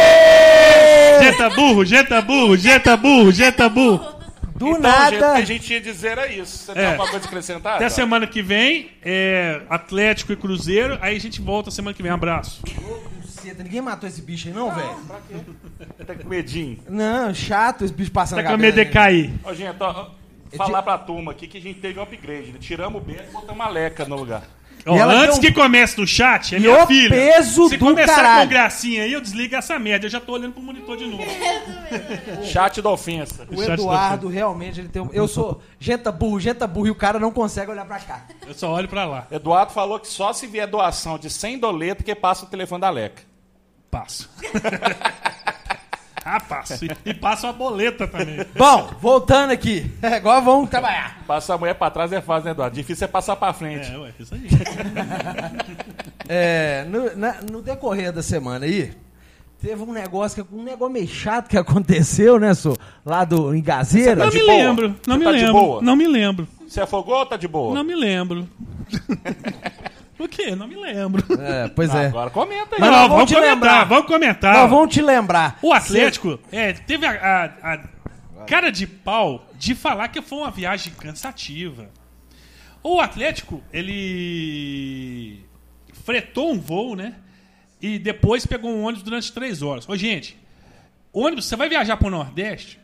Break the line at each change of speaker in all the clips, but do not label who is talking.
Aê!
Jeta burro, jeta burro, jeta burro, jeta burro.
Do
então, o jeito
nada.
que a gente ia dizer era isso. Você tem
É.
alguma coisa acrescentada?
Até semana que vem, é, Atlético e Cruzeiro. Aí a gente volta semana que vem. Abraço.
Tá Caceta, Ninguém matou esse bicho aí, não, velho?
Tá com medinho.
Não, chato esse bicho passando
Tá
a
com a
cabeça. né?
MDKI.
Ó, gente, ó, falar pra turma aqui que a gente teve um upgrade. Né? Tiramos o Beto e botamos a Leca no lugar.
Ó,
E ela
antes
deu-
que comece no chat, é
E
minha
o
filha.
peso
Se
do
começar
caralho.
com gracinha aí, eu desligo essa merda. Eu já tô olhando pro monitor de novo.
Chat da ofensa.
O
Chato
Eduardo realmente, ele tem um... Eu sou jenta burro, jenta burro, e o cara não consegue olhar pra cá.
Eu só olho pra lá.
Eduardo falou que só se vier doação de 100 doletas que passa o telefone da Leca.
Passo. ah, passo. E, e passo a boleta também.
Bom, voltando aqui. Agora vamos trabalhar.
Passar a mulher pra trás é fácil, né, Eduardo? Difícil é passar pra frente.
É, ué, isso aí.
Tá É, no, na- no decorrer da semana aí, teve um negócio, que, um negócio meio chato que aconteceu, né, senhor? Lá do, em Gazeira.
Não
de
me
boa?
lembro. Não
Você
me
tá de
lembro.
boa?
Não me lembro.
Você afogou ou tá de boa?
É. Não me lembro. O quê? Não me lembro.
É, pois
Ah,
é.
Agora comenta aí.
Mas
Não,
nós vamos
vamos
te
comentar,
lembrar.
vamos comentar.
Nós vamos te lembrar.
O Atlético é, teve a, a- a cara de pau de falar que foi uma viagem cansativa. O Atlético, ele fretou um voo, né? E depois pegou um ônibus durante três horas. Ô, gente, ônibus, você vai viajar pro Nordeste,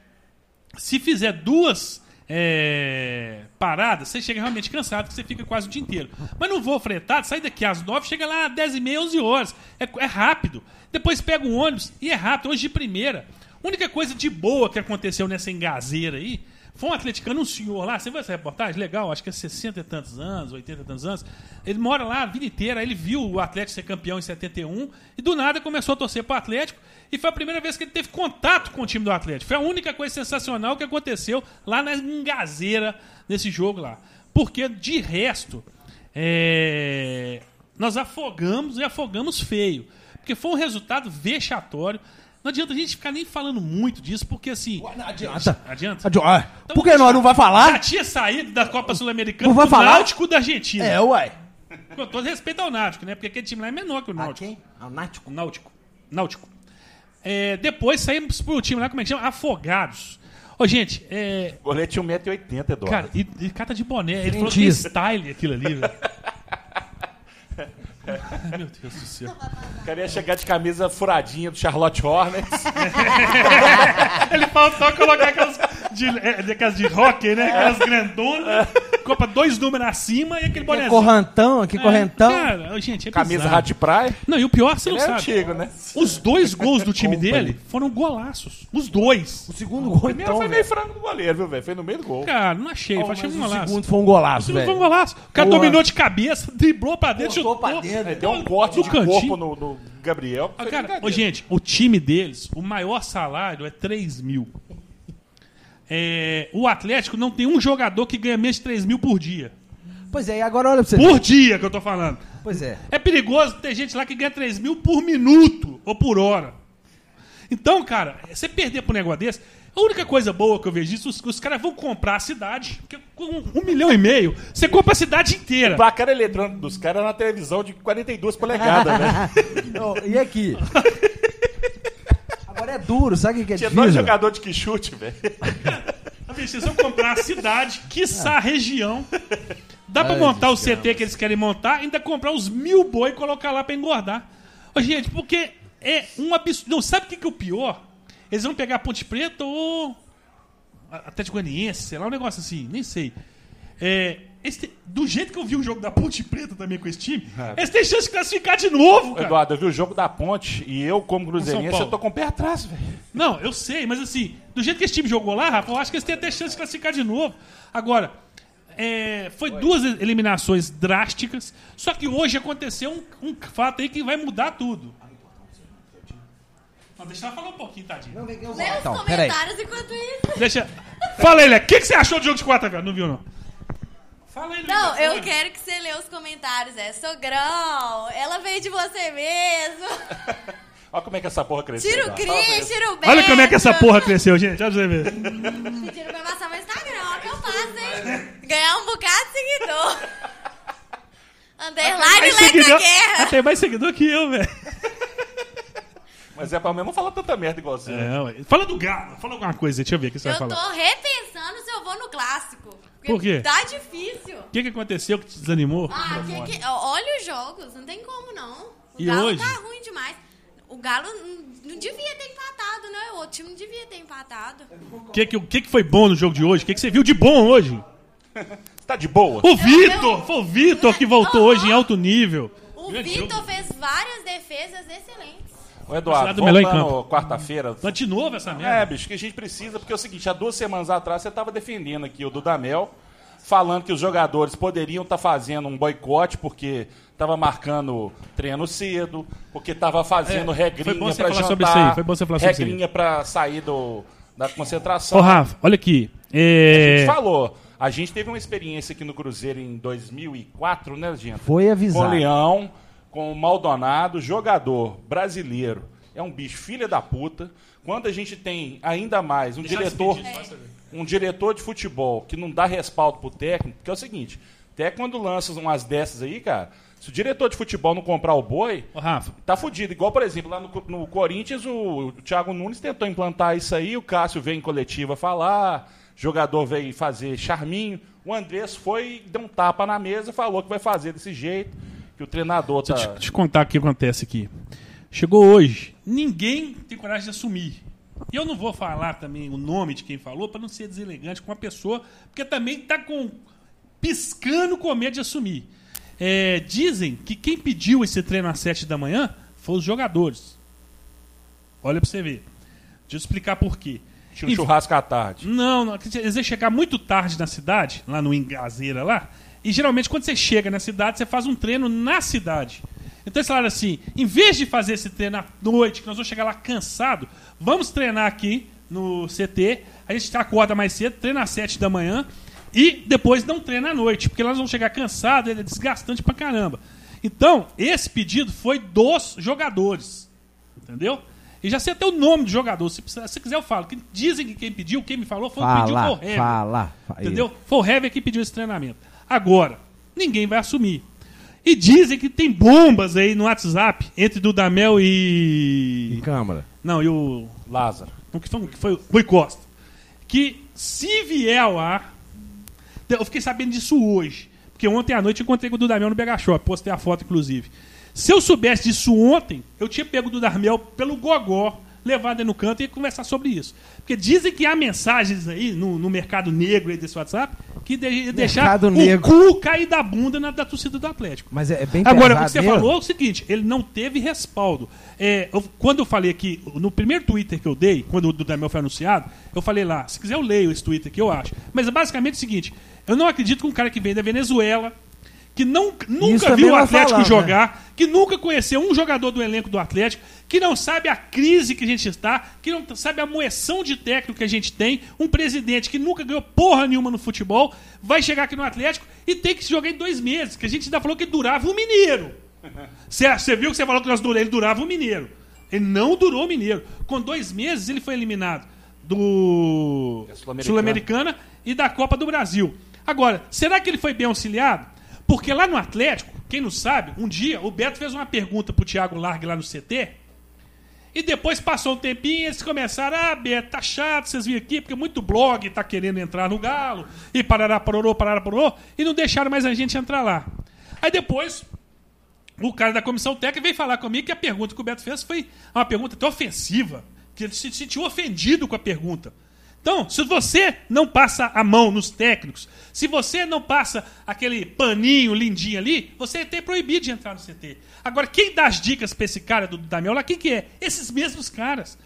se fizer duas é, paradas, você chega realmente cansado, porque você fica quase o dia inteiro. Mas não vou fretado, sai daqui às nove, chega lá às dez e meia, onze horas. É, é rápido. Depois pega um ônibus e é rápido. Hoje de primeira. A única coisa de boa que aconteceu nessa engazeira aí foi um atleticano, um senhor lá, você viu essa reportagem? Legal, acho que é 60 e tantos anos, 80 e tantos anos. Ele mora lá a vida inteira, ele viu o Atlético ser campeão em 71 e do nada começou a torcer para o Atlético e foi a primeira vez que ele teve contato com o time do Atlético. Foi a única coisa sensacional que aconteceu lá na Engazeira, nesse jogo lá. Porque, de resto, é, nós afogamos e afogamos feio. Porque foi um resultado vexatório. Não adianta a gente ficar nem falando muito disso, porque assim.
Não adianta.
Adianta.
Adi- ó, Por que nós não vai
Já
falar?
tinha saído da Copa Sul-Americana
Ah! Não vai
do
falar?
Náutico da Argentina.
É, uai.
Com todo respeito ao Náutico, né? Porque aquele time lá é menor que o
A
Náutico.
Tá quem? Ah, Ao Nático.
Náutico. Náutico. É, depois saímos pro time lá, como é que chama? Afogados. Ô, gente, é,
O goleiro tinha 1,80m, Eduardo.
cara, e, e cata de boné. Ele falou que
Frentista.
style aquilo ali, velho. Ai, Meu Deus do céu.
O cara ia chegar de camisa furadinha do Charlotte Hornets.
Ele faltou colocar aquelas de, é, daquelas de rock, né? Aquelas grandonas. Copa dois números acima e aquele
Que
bonézinho.
correntão, aqui É correntão.
É. Cara, ô, gente, é
camisa
bizarro.
rádio praia.
Não, e o pior, você não
Ele é
sabe.
antigo, né?
Os dois gols do time
Company.
dele foram golaços. Os dois.
O segundo gol,
Primeiro
então,
né?
foi meio
velho.
frango do goleiro, viu, velho? Foi no meio do gol.
Cara, não achei.
Mas
achei um
o
golaço.
segundo foi um golaço,
Foi um
velho.
golaço. O cara
Porra.
dominou de cabeça, driblou pra dentro,
Cortou pra dentro.
É, deu um corte
do
de
cantinho.
corpo no, no Gabriel.
Ah,
Foi
cara,
brincadeira.
ô, gente, o time deles, o maior salário é 3 mil. É, o Atlético não tem um jogador que ganha menos de 3 mil por dia.
Pois é, e agora olha pra você.
Por dia que eu tô falando.
Pois é.
É perigoso ter gente lá que ganha 3 mil por minuto ou por hora. Então, cara, você perder por um negócio desse, a única coisa boa que eu vejo disso, os, os caras vão comprar a cidade. Porque com um, um milhão e meio, você compra a cidade inteira.
O placar eletrônico dos caras era na televisão de 42 polegadas, né?
Ô, e aqui? Agora é duro, sabe o que que é
Tinha dois
difícil?
jogadores de que chute, velho.
Tá vendo? Vocês vão comprar a cidade, quiçá a região. Dá pra montar o CT que eles querem montar, ainda comprar os mil boi e colocar lá pra engordar. Ô, gente, porque é um absurdo. Não, sabe o que, que é o pior? Eles vão pegar Ponte Preta ou. a- Atlético Goianiense, sei lá, um negócio assim, nem sei. É, eles têm- do jeito que eu vi o jogo da Ponte Preta também com esse time, eles têm chance de classificar de novo, cara.
Eduardo, eu vi o jogo da ponte e eu, como cruzeirense,
Paulo.
eu tô com o pé atrás, velho.
Não, eu sei, mas assim, do jeito que esse time jogou lá, Rafa, eu acho que eles têm até chance de classificar de novo. Agora, é, foi duas eliminações drásticas, só que hoje aconteceu um, um fato aí que vai mudar tudo. Não, deixa ela falar um pouquinho, tadinho.
Lê os
Então, peraí.
comentários enquanto isso.
Deixa. Fala aí, Léo, o que, que você achou do jogo de quarta-feira? Não viu, não? Fala aí, no
Não, eu
microfone.
quero que você lê os comentários. É sogrão, ela veio de você mesmo.
Olha como é que essa porra cresceu.
Tira o
Eduardo.
Cris, tira o Beto.
Olha como é que essa porra cresceu, gente. Olha pra você ver.
Pediram pra eu passar meu Instagram, olha o que eu faço, hein? Ganhar um bocado de seguidor. Underline
Mais
Leca
seguidor,
é Guerra.
tem mais seguidor que eu, velho.
Mas é pra mim não falar tanta merda igual você.
É, ué. fala do Galo, fala alguma coisa, deixa eu ver o que você
eu
vai falar.
tô repensando se eu vou no clássico. Porque
Por quê?
Tá difícil.
O que, que aconteceu que te desanimou?
Ah, que, que, ó, olha os jogos, não tem como não. O
E
Galo
hoje?
tá ruim demais. O Galo hum, não devia ter empatado, né? O outro time não devia ter empatado.
O que, que, o que, que foi bom no jogo de hoje? O que, que você viu de bom hoje?
Você tá de boa?
O Vitor! Foi o Vitor que voltou
Aham.
hoje em alto nível.
O
Grande
Vitor
jogo.
fez várias defesas excelentes.
Ô,
Considerado
Eduardo,
Uh, melhor em
voltando quarta-feira.
Mas de novo essa merda.
É, bicho, que a gente precisa, porque é o seguinte, há duas semanas atrás você tava defendendo aqui o Dudamel, falando que os jogadores poderiam estar fazendo um boicote, porque tava marcando treino cedo, porque tava fazendo
É, foi bom
regrinha
você
pra
falar
jantar,
sobre isso aí, foi bom você falar sobre isso aí.
regrinha pra sair do, da
Ô,
concentração.
Rafa, olha aqui.
A
É...
gente falou. A gente teve uma experiência aqui no Cruzeiro em 2004, né, gente?
Foi
Com o
avisado.
Leão, com o Maldonado, jogador brasileiro. É um bicho filha da puta. Quando a gente tem ainda mais um diretor, um diretor de futebol que não dá respaldo pro técnico, porque é o seguinte, até quando lança umas dessas aí, cara, se o diretor de futebol não comprar o boi,
Ô, Rafa,
Tá fudido. Igual, por exemplo, lá no, Co- no Corinthians, o, o Thiago Nunes tentou implantar isso aí, o Cássio veio em coletiva falar, jogador veio fazer charminho, o Andrés foi, deu um tapa na mesa, falou que vai fazer desse jeito, que o treinador tá...
deixa eu te contar o que acontece aqui. Chegou hoje, ninguém tem coragem de assumir. E eu não vou falar também o nome de quem falou pra não ser deselegante com a pessoa, porque também tá com piscando com medo de assumir. É, dizem que quem pediu esse treino às 7 da manhã foram os jogadores. Olha pra você ver. Deixa eu explicar por quê.
Tinha um
E-
churrasco à tarde.
Não, não. quer dizer, Eles iam chegar muito tarde na cidade, lá no Engazeira lá. E geralmente quando você chega na cidade, você faz um treino na cidade. Então eles falaram assim: em vez de fazer esse treino à noite, que nós vamos chegar lá cansado, vamos treinar aqui no CT. A gente tá, acorda mais cedo, treina às 7 da manhã e depois não treina à noite, porque nós vamos chegar cansado, ele é desgastante pra caramba. Então, esse pedido foi dos jogadores. Entendeu? E já sei até o nome do jogador. Se, precisar- se quiser, eu falo. Que dizem que quem pediu, quem me falou, foi o que pediu foi o
Fala,
Hever.
fala. fala.
Entendeu? Foi o Hever que pediu esse treinamento. Agora, ninguém vai assumir. E dizem que tem bombas aí no WhatsApp entre Dudamel
Em
e.
câmara.
Não, e o.
Lázaro.
Como que foi? Como que foi? Rui Costa. Que se vier ao ar. Eu fiquei sabendo disso hoje. Porque ontem à noite eu encontrei com o Dudamel no BH Shop. Postei a foto, inclusive. Se eu soubesse disso ontem, eu tinha pego o Dudamel pelo gogó, levado ele no canto e ia conversar sobre isso. Porque dizem que há mensagens aí no, no mercado negro aí desse WhatsApp que de, ia deixar
Mercado
o
negro.
cu cair da bunda na, da torcida do Atlético.
Mas é, é bem
Agora, o
pesado
que você
mesmo.
falou é o seguinte: ele não teve respaldo. É, eu- quando eu falei aqui, no primeiro Twitter que eu dei, quando o Dudamel foi anunciado, eu falei lá: se quiser, eu leio esse Twitter que eu acho. Mas é basicamente o seguinte: eu não acredito que um cara que vem da Venezuela, que não, nunca
também
viu o
nós
Atlético
falamos,
jogar, que nunca conheceu um jogador do elenco do Atlético, que não sabe a crise que a gente está, que não sabe a moeção de técnico que a gente tem, um presidente que nunca ganhou porra nenhuma no futebol, vai chegar aqui no Atlético e tem que se jogar em dois meses, que a gente ainda falou que durava o Mineiro. Você você viu que você falou que nós dura, ele durava o Mineiro. Ele não durou o Mineiro. Com dois meses ele foi eliminado do
É
Sul-Americana
Sul-Americana.
e da Copa do Brasil. Agora, será que ele foi bem auxiliado? Porque lá no Atlético, quem não sabe, um dia o Beto fez uma pergunta pro Thiago Largue lá no CT. E depois passou um tempinho, eles começaram, ah, Beto, tá chato vocês virem aqui, porque muito blog tá querendo entrar no galo, e parará, pororô, parará, pororô, e não deixaram mais a gente entrar lá. Aí depois, o cara da comissão técnica veio falar comigo que a pergunta que o Beto fez foi uma pergunta até ofensiva, que ele se sentiu ofendido com a pergunta. Então, se você não passa a mão nos técnicos, se você não passa aquele paninho lindinho ali, você tem proibido de entrar no CT. Agora, quem dá as dicas pra esse cara do Damião lá, quem que é? Esses mesmos caras.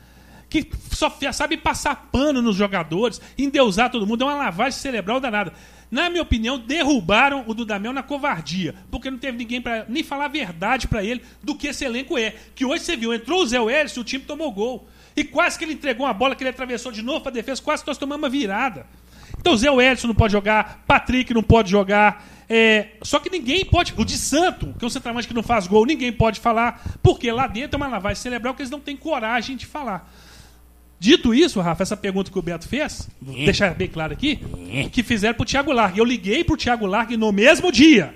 Que só f- sabe passar pano nos jogadores, endeusar todo mundo, é uma lavagem cerebral danada. Na minha opinião, derrubaram o Dudamel na covardia, porque não teve ninguém para nem falar a verdade pra ele do que esse elenco é. Que hoje você viu, entrou o Zé Welles, o time tomou gol. E quase que ele entregou uma bola que ele atravessou de novo pra defesa, quase que nós tomamos uma virada. Então o Zé Welles não pode jogar, Patrick não pode jogar. é, só que ninguém pode. O de Santo, que é um centroavante que não faz gol, ninguém pode falar, porque lá dentro é uma lavagem cerebral que eles não têm coragem de falar. Dito isso, Rafa, essa pergunta que o Beto fez, vou deixar bem claro aqui, que fizeram pro Thiago Largue. Eu liguei pro Thiago Largue no mesmo dia.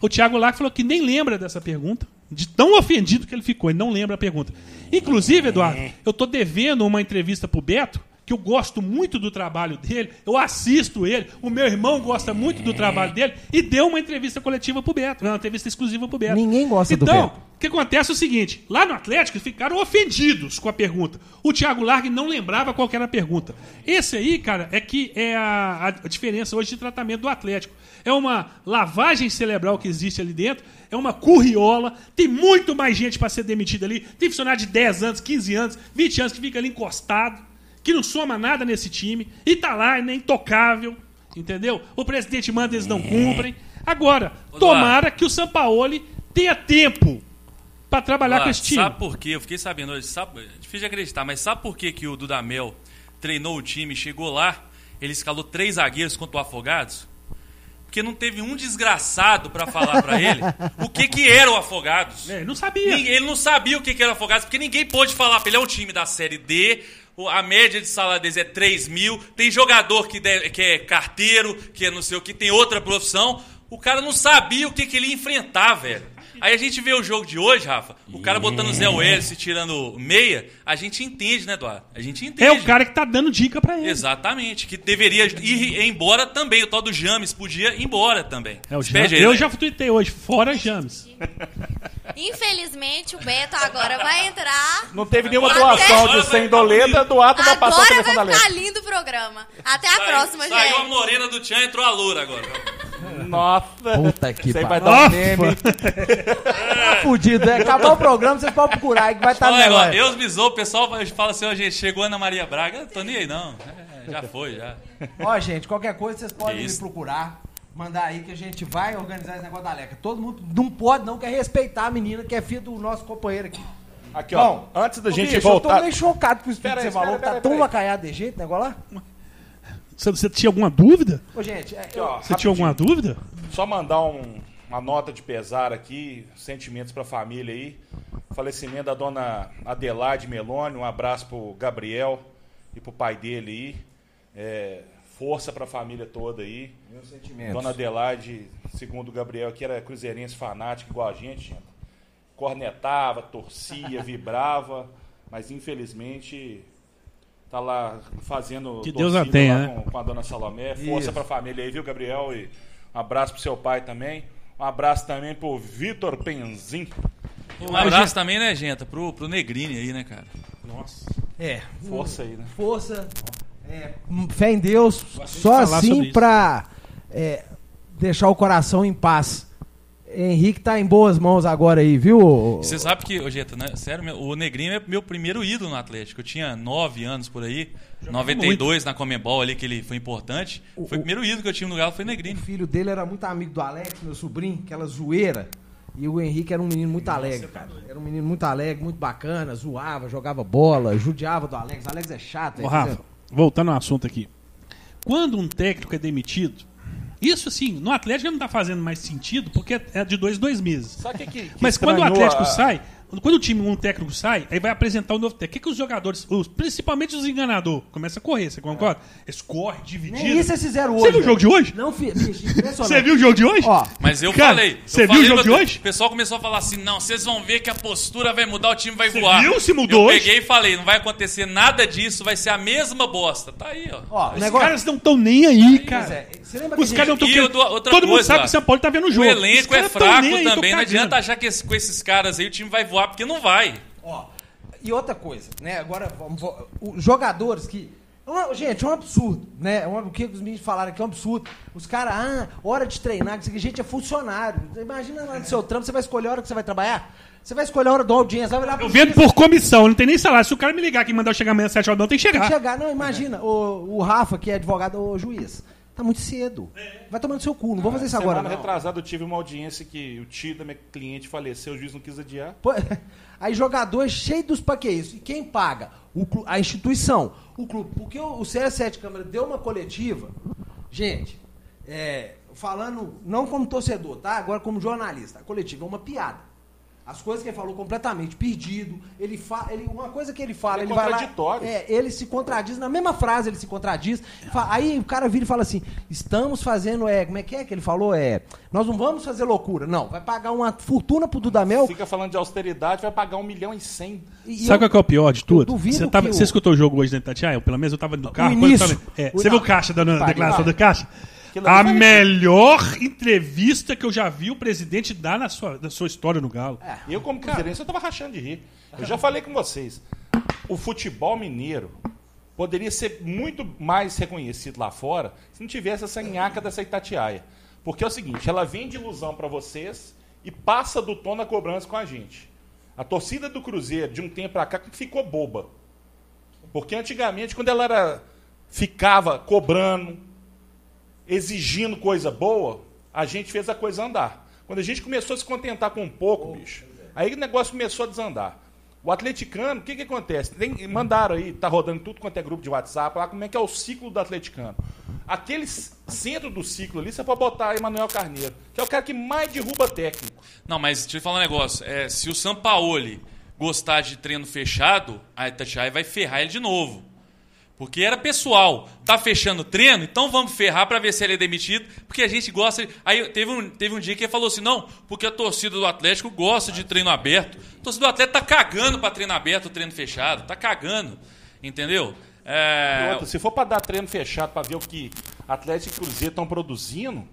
O Thiago Largue falou que nem lembra dessa pergunta, De tão ofendido que ele ficou, ele não lembra a pergunta. Inclusive, Eduardo, eu tô devendo uma entrevista pro Beto, que eu gosto muito do trabalho dele, eu assisto ele, o meu irmão gosta muito do trabalho dele, e deu uma entrevista coletiva pro Beto, uma entrevista exclusiva pro Beto.
Ninguém gosta do
então,
Beto.
o que acontece é o seguinte: lá no Atlético ficaram ofendidos com a pergunta. O Thiago Largue não lembrava qual que era a pergunta. Esse aí, cara, é que é a, a diferença hoje de tratamento do Atlético. É uma lavagem cerebral que existe ali dentro, é uma curriola, tem muito mais gente para ser demitida ali. Tem funcionário de 10 anos, 15 anos, 20 anos que fica ali encostado, que não soma nada nesse time, e tá lá, é intocável, entendeu? O presidente manda, eles não cumprem. Agora, tomara que o Sampaoli tenha tempo para trabalhar
Lá,
Ah,
com esse time.
Sabe por quê? Eu fiquei sabendo hoje. Sabe, é difícil de acreditar, mas sabe por quê que o Dudamel treinou o time, chegou lá, ele escalou três zagueiros contra o Afogados? Porque não teve um desgraçado para falar para ele o que que era o Afogados.
É, não sabia.
Ninguém- Ele não sabia o que que era o Afogados, porque ninguém pôde falar pra ele. É um time da Série D, o- a média de salário deles é 3 mil, tem jogador que, deve- que é carteiro, que é não sei o que, tem outra profissão. O cara não sabia o que, que ele ia enfrentar, velho. Aí a gente vê o jogo de hoje, Rafa, o cara botando o Zé Welles e tirando meia, a gente entende, né, Eduardo? A gente entende.
É o cara que tá dando dica para ele.
Exatamente, que deveria ir embora também. O tal do James podia ir embora também.
É o James.
Pede aí,
Eu
né?
já tuitei hoje, fora James.
Infelizmente, o Beto agora vai entrar.
Não teve nenhuma
Até-
doação
Agora
de 100
vai-
doleta, doado vai passar a
Agora
seleção da
vai
Leste.
ficar lindo o programa. Até a
Saiu-
próxima,
Saiu a
gente.
Morena do Tchan, entrou a Loura agora.
Nossa.
Puta que
Isso aí vai
pariu.
dar um
Nossa.
meme.
Tá fudido, é. Acabar o programa, vocês podem procurar aí que vai estar
Tá
Olha,
melhor.
agora, Deus me zoou, o pessoal vai- fala assim, ó, gente, chegou Ana Maria Braga, eu tô nem aí não. É, já foi, já.
Ó, gente, qualquer coisa vocês podem me
Isso.
procurar, mandar aí que a gente vai organizar esse negócio da Leca. Todo mundo não pode, não, quer respeitar a menina que é filha do nosso companheiro aqui.
Aqui, ó.
Bom,
antes da
Ô,
gente
bicho, Eu tô
voltar.
meio chocado com o espírito
Pera
que
aí,
você
espera
falou,
aí,
tá
pera aí,
tão
pera aí.
lacaiado desse jeito, negócio lá?
Você, você tinha alguma dúvida?
Ô, gente, é,
Aqui, ó,
Você tinha alguma dúvida?
Só mandar um- uma nota de pesar aqui, sentimentos pra família aí. Falecimento da dona Adelaide Meloni, um abraço pro Gabriel e pro pai dele aí. É, força pra família toda aí.
meus sentimentos.
Dona Adelaide, segundo o Gabriel, que era cruzeirense fanática igual a gente, gente. cornetava, torcia, vibrava, mas infelizmente tá lá fazendo
Que Deus
torcida
a tenha,
lá
né?
com, com a dona Salomé. Força
Isso.
pra família aí, viu, Gabriel? E um abraço pro seu pai também. Um abraço também pro Vitor Penzin.
E Um abraço também, né, Genta, pro, pro Negrini aí, né, cara?
Nossa.
É,
Força aí, né?
força, é, fé em Deus, só
falar sobre
assim
isso.
pra é, deixar o coração em paz. Henrique tá em boas mãos agora aí, viu?
Você sabe que, ô Genta, né, sério, meu- o Negrini é meu primeiro ídolo no Atlético. Eu tinha 9 anos por aí, 92 na Comembol ali, que ele foi importante. Foi o primeiro ídolo que eu tive no Galo, foi o
O
Negrini.
filho dele era muito amigo do Alex, meu sobrinho, aquela zoeira. E o Henrique era um menino muito alegre, cara. Era um menino muito alegre, muito bacana, zoava, jogava bola, judiava do Alex. O Alex é chato,
Ô,
é,
Rafa, voltando ao assunto aqui. Quando um técnico é demitido, isso assim, no Atlético não tá fazendo mais sentido, porque é de dois em dois meses.
Sabe o que, que, que
Mas quando o
estranhou
Atlético
a-
sai, quando o time, um técnico sai, aí vai apresentar um novo técnico. O que, que os jogadores, os- principalmente os enganadores, começam a correr, você concorda? Eles correm, dividem.
Nem isso vocês fizeram hoje.
Você viu o
velho.
jogo de hoje?
Não, fi- bicho, impressionante.
Você viu o jogo de hoje?
Ó,
Mas eu
Cara,
falei. eu
você viu
falei
o jogo
pra-
de hoje?
O pessoal começou a falar assim: não, vocês vão ver que a postura vai mudar, o time vai voar.
viu? Se mudou
Eu
hoje.
peguei e falei: não vai acontecer nada disso, vai ser a mesma bosta. Tá aí, ó.
ó, o
Os
negócio.
caras não estão nem aí,
Pois
é cara. um
é, você lembra
Os
que
caras não estão
E
querendo.
outra- outra
Todo mundo
coisa,
sabe que o São Paulo tá vendo o jogo.
O
Os
elenco é
caras tão
fraco
nem aí, tão
também. Não
cagando.
adianta achar que esse- com esses caras aí o time vai voar, porque não vai.
Ó, e outra coisa, né? Agora, vamos, vo- os jogadores que. é um- Gente, é um absurdo, né? É um- O que os meninos falaram aqui é um absurdo. Os caras, ah, hora de treinar, que isso aqui, gente, é funcionário. Imagina lá no seu trampo, você vai escolher a hora que você vai trabalhar? Você vai escolher a hora do audiência, vai olhar pro
Eu vendo por comissão, não tem nem salário. Se o cara me ligar que mandar eu chegar amanhã às 7 horas, não tem que
Tem que
chegar.
chegar. Não, imagina, o, o Rafa, que é advogado, o juiz, tá muito cedo. Vai tomando seu cu, não vou fazer isso
Semana
agora. não.
retrasada eu tive uma audiência que o tio da minha cliente faleceu, o juiz não quis adiar.
Pô, Aí jogador é cheio dos paqueiros. E quem paga? O clu- a instituição. O clube. Porque o, o CR7 Câmara deu uma coletiva. Gente, é, falando não como torcedor, tá? Agora como jornalista. A coletiva é uma piada. As coisas que ele falou completamente perdido. Ele fala, ele, uma coisa que ele fala,
Ele
ele,
é
vai lá,
contraditório.
é, ele se contradiz na mesma frase, ele se contradiz. Fa- Aí o cara vira e fala assim: "Estamos fazendo é, como é que é que ele falou? É, nós não vamos fazer loucura, não. Vai pagar uma fortuna pro Dudamel
Fica falando de austeridade, vai pagar um milhão e cem.
e, e
Sabe
eu-
qual que é o pior de tudo?
duvido
Você, tava,
que o-
você escutou o jogo hoje dentro da Tatiaia? Pelo menos eu tava no carro. quando eu
início.
tava- é,
O-
você viu o Caixa dando a
Pariu.
declaração do Caixa?
Aquilo ali
A
é
foi-
melhor entrevista que eu já vi o presidente dar na sua, na sua história no Galo.
É.
Eu, como cruzeirense, eu tava rachando de rir. Eu já falei com vocês. O futebol mineiro poderia ser muito mais reconhecido lá fora se não tivesse essa nhaca dessa Itatiaia. Porque é o seguinte, ela vende ilusão para vocês e passa do tom na cobrança com a gente. A torcida do Cruzeiro, de um tempo pra cá, ficou boba. Porque antigamente, quando ela era, ficava cobrando, exigindo coisa boa, a gente fez a coisa andar. Quando a gente começou a se contentar com um pouco, bicho, aí o negócio começou a desandar. O atleticano, o que, que acontece? Tem- mandaram aí, tá rodando tudo quanto é grupo de WhatsApp, lá como é que é o ciclo do atleticano. Aquele c- centro do ciclo ali, você pode botar Emanuel Carneiro, que é o cara que mais derruba técnico.
Não, mas deixa eu falar um negócio. É, se o Sampaoli gostar de treino fechado, a Itatiaia vai ferrar ele de novo. Porque era pessoal. Tá fechando o treino, então vamos ferrar pra ver se ele é demitido, porque a gente gosta. de- Aí teve um, teve um dia que ele falou assim: não, porque a torcida do Atlético gosta de treino aberto. A torcida do Atlético tá cagando pra treino aberto, treino fechado. Tá cagando. Entendeu?
E
É,
outra, se for pra dar treino fechado pra ver o que Atlético e Cruzeiro estão produzindo,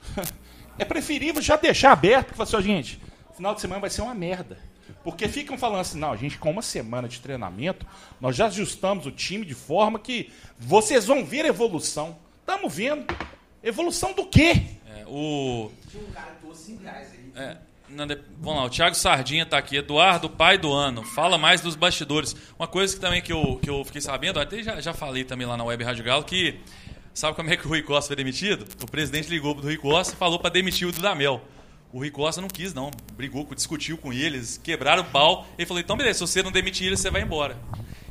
é preferível já deixar aberto e falar assim, ó, gente, final de semana vai ser uma merda. Porque ficam falando assim, não, gente, com uma semana de treinamento, nós já ajustamos o time de forma que vocês vão ver evolução. Estamos vendo. Evolução do quê?
é, o. É, não, de- vamos lá, o Thiago Sardinha tá aqui, Eduardo, pai do ano. Fala mais dos bastidores. Uma coisa que também que eu, que eu fiquei sabendo, até já, já falei também lá na Web Rádio Galo, que sabe como é que o Rui Costa foi demitido? O presidente ligou pro Rui Costa e falou pra demitir o Dudamel. O Rui Costa não quis, não. Brigou, com- discutiu com eles, quebraram o pau. Ele falou, então beleza, se você não demitir ele, você vai embora.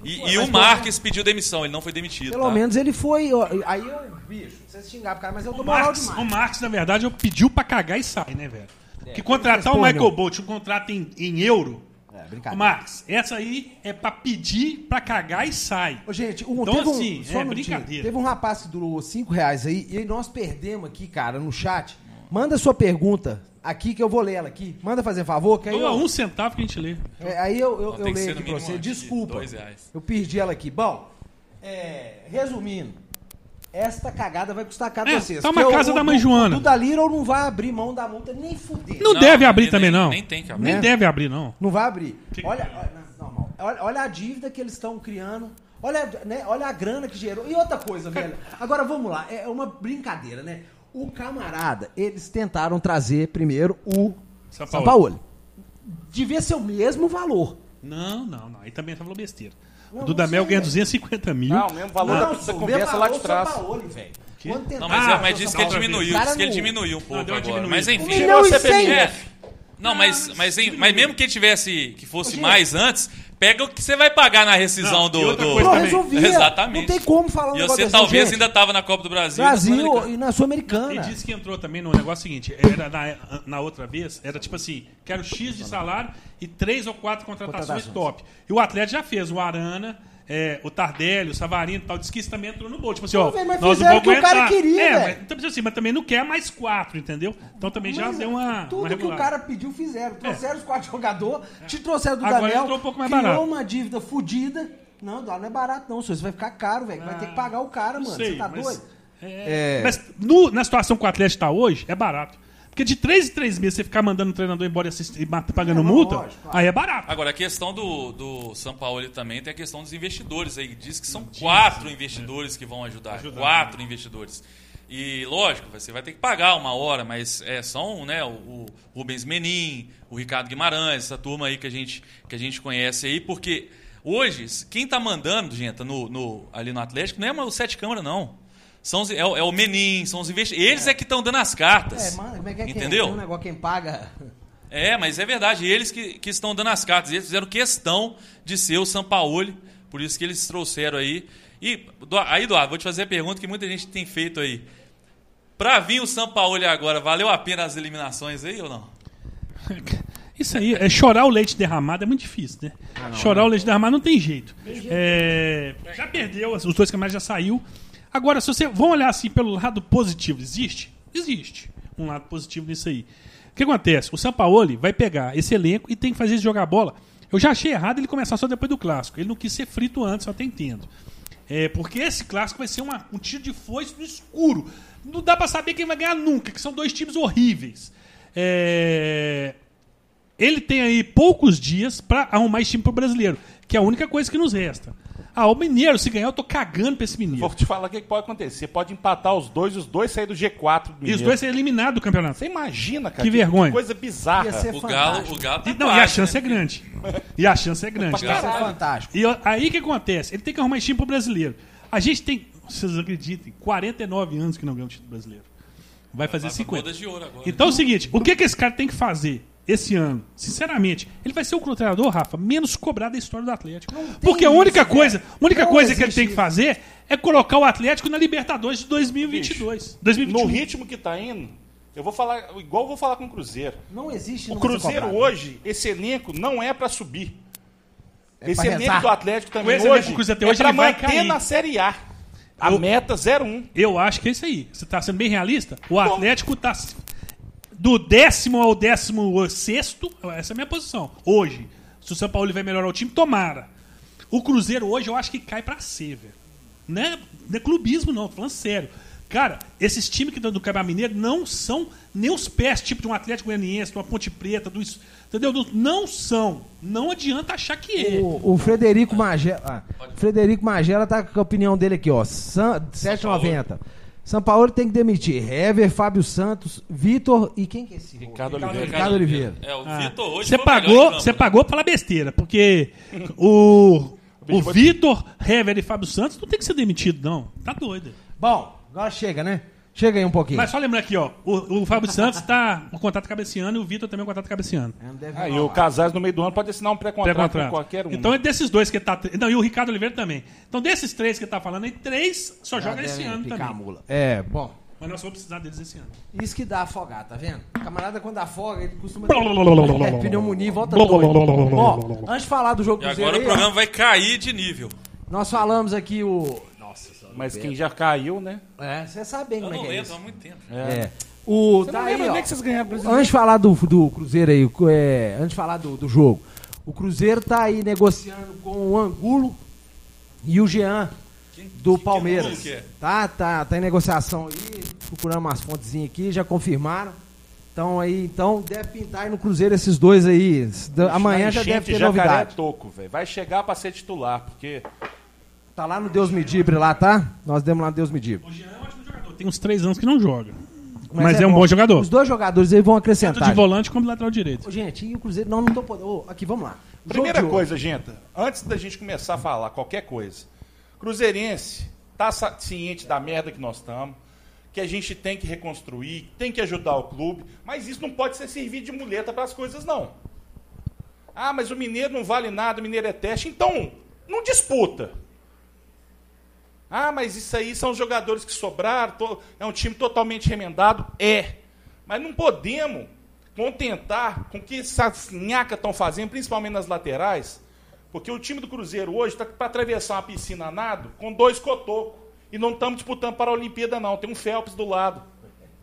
E, e o Marques pediu demissão, ele não foi demitido.
é
Pelo
tá?
menos ele foi, ó, aí eu, bicho, você se xingar pro cara, mas eu dou
O
moral
Marx,
demais.
o Marx, na verdade, eu pediu pra cagar e sai, né, velho? Porque contratar o
respondeu.
Michael Bolt, um contrato em, em euro,
É,
Ô,
brincadeira.
Marx, essa aí é pra pedir, pra cagar e sai.
Ô, gente, um,
Então,
teve um,
assim,
só
é
um minutinho.
brincadeira.
Teve um rapaz que durou 5 reais aí e nós perdemos aqui, cara, no chat. Manda sua pergunta aqui que eu vou ler ela aqui. Manda fazer favor, que aí
Doa
eu,
um centavo que a gente lê.
é, aí eu, eu,
Não,
eu
tem que ser
leio
no
aqui pra
mínimo
você.
antes de
Desculpa.
dois reais.
Eu perdi ela aqui. Bom, é, resumindo, esta cagada vai custar caro
É,
pra vocês.
tá uma
porque
casa
o,
da mãe
o-
Joana.
O Duda Little não vai abrir mão da multa nem fuder.
Não, deve abrir
nem-
também, não.
Nem tem que abrir.
Nem
Né?
deve abrir, não.
Não vai abrir. Olha, olha, não, não, olha, olha a dívida que eles estão criando. Olha, né, olha a grana que gerou. E outra coisa, velho. Agora vamos lá. É uma brincadeira, né? O camarada, eles tentaram trazer primeiro o
São
São
Paulo.
Paulo. Devia ser o mesmo valor.
Não, não, não. Aí também falou besteira.
Não,
o Dudamel
não sei,
ganha
velho.
250 mil.
Não, mesmo valor
Não,
dessa
o
conversa
mesmo
lá
valor
de trás.
São Paulo, velho. Quando
Não,
tentaram
mas,
Ah,
é- mas
trazer o
disse
São
que ele
Paulo,
diminuiu,
cara,
disse que ele
não-
diminuiu um pouco
deu uma
agora.
diminuída.
Mas
Um
enfim.
milhão e
Chegou a
cem.
É. Não, mas, mas, em- mas mesmo que ele tivesse, que fosse
Ô, gente.
mais antes, pega o que você vai pagar na rescisão
Não, e
do.
outra
do...
coisa
Não
também.
resolvia.
Exatamente.
Não tem como falar um
E
negócio
você
desse,
talvez
gente.
ainda estava na Copa do Brasil. é na
Brasil
Sul-Americana.
e na
Ele
Sul-Americana.
disse que entrou também no negócio seguinte, era na, na outra vez, era tipo assim, quero X de salário e três ou quatro contratações
Contratações.
top. E o Atlético já fez, o Arana, é, o Tardelli, o Savarino e tal, disse que isso também entrou no bolo. Tipo assim, ó,
velho, mas
nós não
fizeram
vamos
o que o cara
aguentar.
queria,
é,
velho.
mas, então, tipo assim, mas também não quer mais quatro, entendeu? Então também já
Mas
deu uma
Tudo
uma
que o
regulada. É.
cara pediu, fizeram. Trouxeram os quatro jogadores, te trouxeram do
Agora
Daniel.
entrou um pouco mais
criou
barato.
uma dívida fodida. Não, Eduardo, não é barato, não, senhor. Isso vai ficar caro, velho. Vai ter que pagar o cara,
Ah, Não
mano.
sei,
Você tá
mas-
doido?
É. Mas no- na situação que o Atlético está hoje, é barato. Porque de três em três meses você ficar mandando o treinador embora e assist- e mat-
Não,
pagando multa,
lógico, claro.
aí é barato.
Agora, a questão do, do São Paulo também tem a questão dos investidores aí. Diz né? que são quatro investidores que vão ajudar. quatro investidores. E, lógico, você vai ter que pagar uma hora, mas é, são né, o, o Rubens Menin, o Ricardo Guimarães, essa turma aí que a gente, que a gente conhece aí, porque hoje, quem tá mandando, gente, no, no- ali no Atlético, não é mais o Sete Câmara, não. São os- é, o- é o Menin, são os investidores. Eles é, que estão dando as
É,
cartas.
mano, como é que é quem-
entendeu?
tem um negócio, quem paga.
É, mas é verdade. Eles que, que estão dando as cartas. Eles fizeram questão de ser o Sampaoli. Por isso que eles trouxeram aí. E, do- aí, Eduardo, vou te fazer a pergunta que muita gente tem feito aí. Pra vir o Sampaoli agora, valeu a pena as eliminações aí ou não?
Isso aí, é chorar o leite derramado é muito difícil, né? chorar o leite derramado não tem jeito. É, já perdeu, os dois campeonatos já saiu. Agora, se você vão olhar assim pelo lado positivo, existe? Existe um lado positivo nisso aí. O que acontece? O Sampaoli vai pegar esse elenco e tem que fazer isso jogar bola. Eu já achei errado ele começar só depois do clássico. Ele não quis ser frito antes, eu até entendo. É, porque esse clássico vai ser uma- um tiro de foice no escuro. Não dá pra saber quem vai ganhar nunca, que são dois times horríveis. É, ele tem aí poucos dias pra arrumar esse time pro brasileiro, que é a única coisa que nos resta. Ah, o Mineiro, se ganhar, eu tô cagando pra esse Mineiro.
Vou te falar o que que pode acontecer. Você pode empatar os dois, os dois sair do G4
E
do
os
Mineiro.
dois serem eliminados do campeonato.
Você imagina, cara.
Que vergonha.
coisa bizarra.
Ia ser
Ah, O Galo,
É fantástico.
o Galo tá
E, não, e a
quase,
chance
né?
é grande. E a chance é grande.
Ia ser fantástico.
E ó, aí o que acontece? Ele tem que arrumar esse time pro brasileiro. A gente tem, vocês acreditem, 49 anos que não ganha o título brasileiro. Vai fazer
Vai pra
50.
bodas de ouro agora.
Então é o seguinte, o que, que esse cara tem que fazer esse ano? Sinceramente, ele vai ser o treinador, Rafa, menos cobrado da história do Atlético. Porque a única coisa, a única
Não
coisa que ele
existe
tem que
isso.
fazer é colocar o Atlético na Libertadores de 2022.
Bicho,
2021.
No ritmo que tá indo, eu vou falar, igual eu vou falar com o Cruzeiro.
Não existe
O
não
Cruzeiro
ser cobrado.
hoje, esse elenco não é pra subir.
É
esse
pra
elenco
rezar.
do Atlético também
esse elenco
hoje,
que o Cruzeiro tem
é
hoje,
pra
ele vai
manter
cair.
na Série A. A
Eu-
meta 0-1.
Eu acho que é isso aí. Você tá sendo bem realista? O Atlético tá s- do décimo ao décimo sexto. Essa é a minha posição. Hoje. Se o São Paulo vai melhorar o time, tomara. O Cruzeiro hoje eu acho que cai pra C, velho. Não é, não é clubismo, não, tô falando sério. Cara, esses times que estão do Cabral Mineiro não são nem os pés, tipo de um Atlético Goianiense, de uma Ponte Preta, do, isso- entendeu? Do- Não são. Não adianta achar que é.
O, o Frederico Magela. ah, Frederico Magela tá com a opinião dele aqui, ó. San, 790. São Paulo tem que demitir. Hever, Fábio Santos, Vitor e quem que é esse?
Ricardo Oliveira.
Ricardo Oliveira.
É, o
Ah,
Vitor hoje
Você
foi o melhor
pagou,
em campo,
você
né?
pagou pra falar besteira, porque o, o
foi-
Vitor, Hever e Fábio Santos não tem que ser demitido, não. Tá doido.
Bom, agora chega, né? Chega aí um pouquinho.
Mas só lembrando aqui, ó. O, o Fábio Santos tá com contrato cabenciano e o Vitor também com um contrato cabenciano.
É, não deve
Aí
não,
o Casais no meio do ano pode assinar um pré-contrato com
Pré-contrato.
qualquer um.
né?
Então é desses dois que tá. Não, e o Ricardo Oliveira também. Então desses três que tá falando aí, três só
não
joga
deve
esse ano
picar
também.
a mula. É, bom.
Mas nós vamos precisar deles esse ano.
Isso que dá afogar, tá vendo? O camarada quando afoga, ele costuma ter é,
Pneumonia.
pneumonia e volta doido. Ó, antes de falar do jogo
E
do
agora o
Cruzeiro aí,
programa vai cair de nível.
ó, nós falamos aqui o... Nossa senhora.
Mas quem já caiu, né?
É, você sabe bem
Eu
como é
não
que é
lembro
isso.
há muito tempo.
É. O,
Não
tá aí,
lembro
ó.
nem que vocês ganharam Brasil.
Antes de falar do, do Cruzeiro aí, co- é, antes de falar do, do jogo, o Cruzeiro tá aí negociando com o Angulo e o Jean do Palmeiras.
que é?
Tá, tá, tá em negociação aí, procurando umas fontezinhas aqui, já confirmaram. Então aí, então deve pintar aí no Cruzeiro esses dois aí. S- da- Amanhã já deve ter
Jacaré
novidade.
Toco, velho. Vai chegar pra ser titular, porque
Tá lá no Deus Medibre lá, tá? Nós demos lá no Deus Medibre.
O Jean é um ótimo jogador. Tem uns três anos que não joga. Mas,
Mas
é,
é
um bom,
bom.
jogador.
Os dois jogadores aí vão
Tanto de
acrescentar.
volante como de lateral direito.
Ô, gente, e o Cruzeiro, nós não tô podendo. Ô, aqui, vamos lá. O jogo
Primeira
de hoje.
coisa, gente, antes da gente começar a falar qualquer coisa, Cruzeirense tá sa- ciente da merda que nós estamos, que a gente tem que reconstruir, tem que ajudar o clube, mas isso não pode ser servir de muleta para as coisas, não. Ah, mas o Mineiro não vale nada, o Mineiro é teste, então não disputa. Ah, mas isso aí são os jogadores que sobraram, to- é um time totalmente remendado. É. Mas não podemos contentar com o que essas nhacas estão fazendo, principalmente nas laterais, porque o time do Cruzeiro hoje está para atravessar uma piscina a nado com dois cotocos. E não estamos disputando para a Olimpíada, não. Tem um Phelps do lado.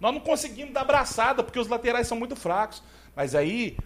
Nós não conseguimos dar braçada, porque os laterais são muito fracos. Mas aí,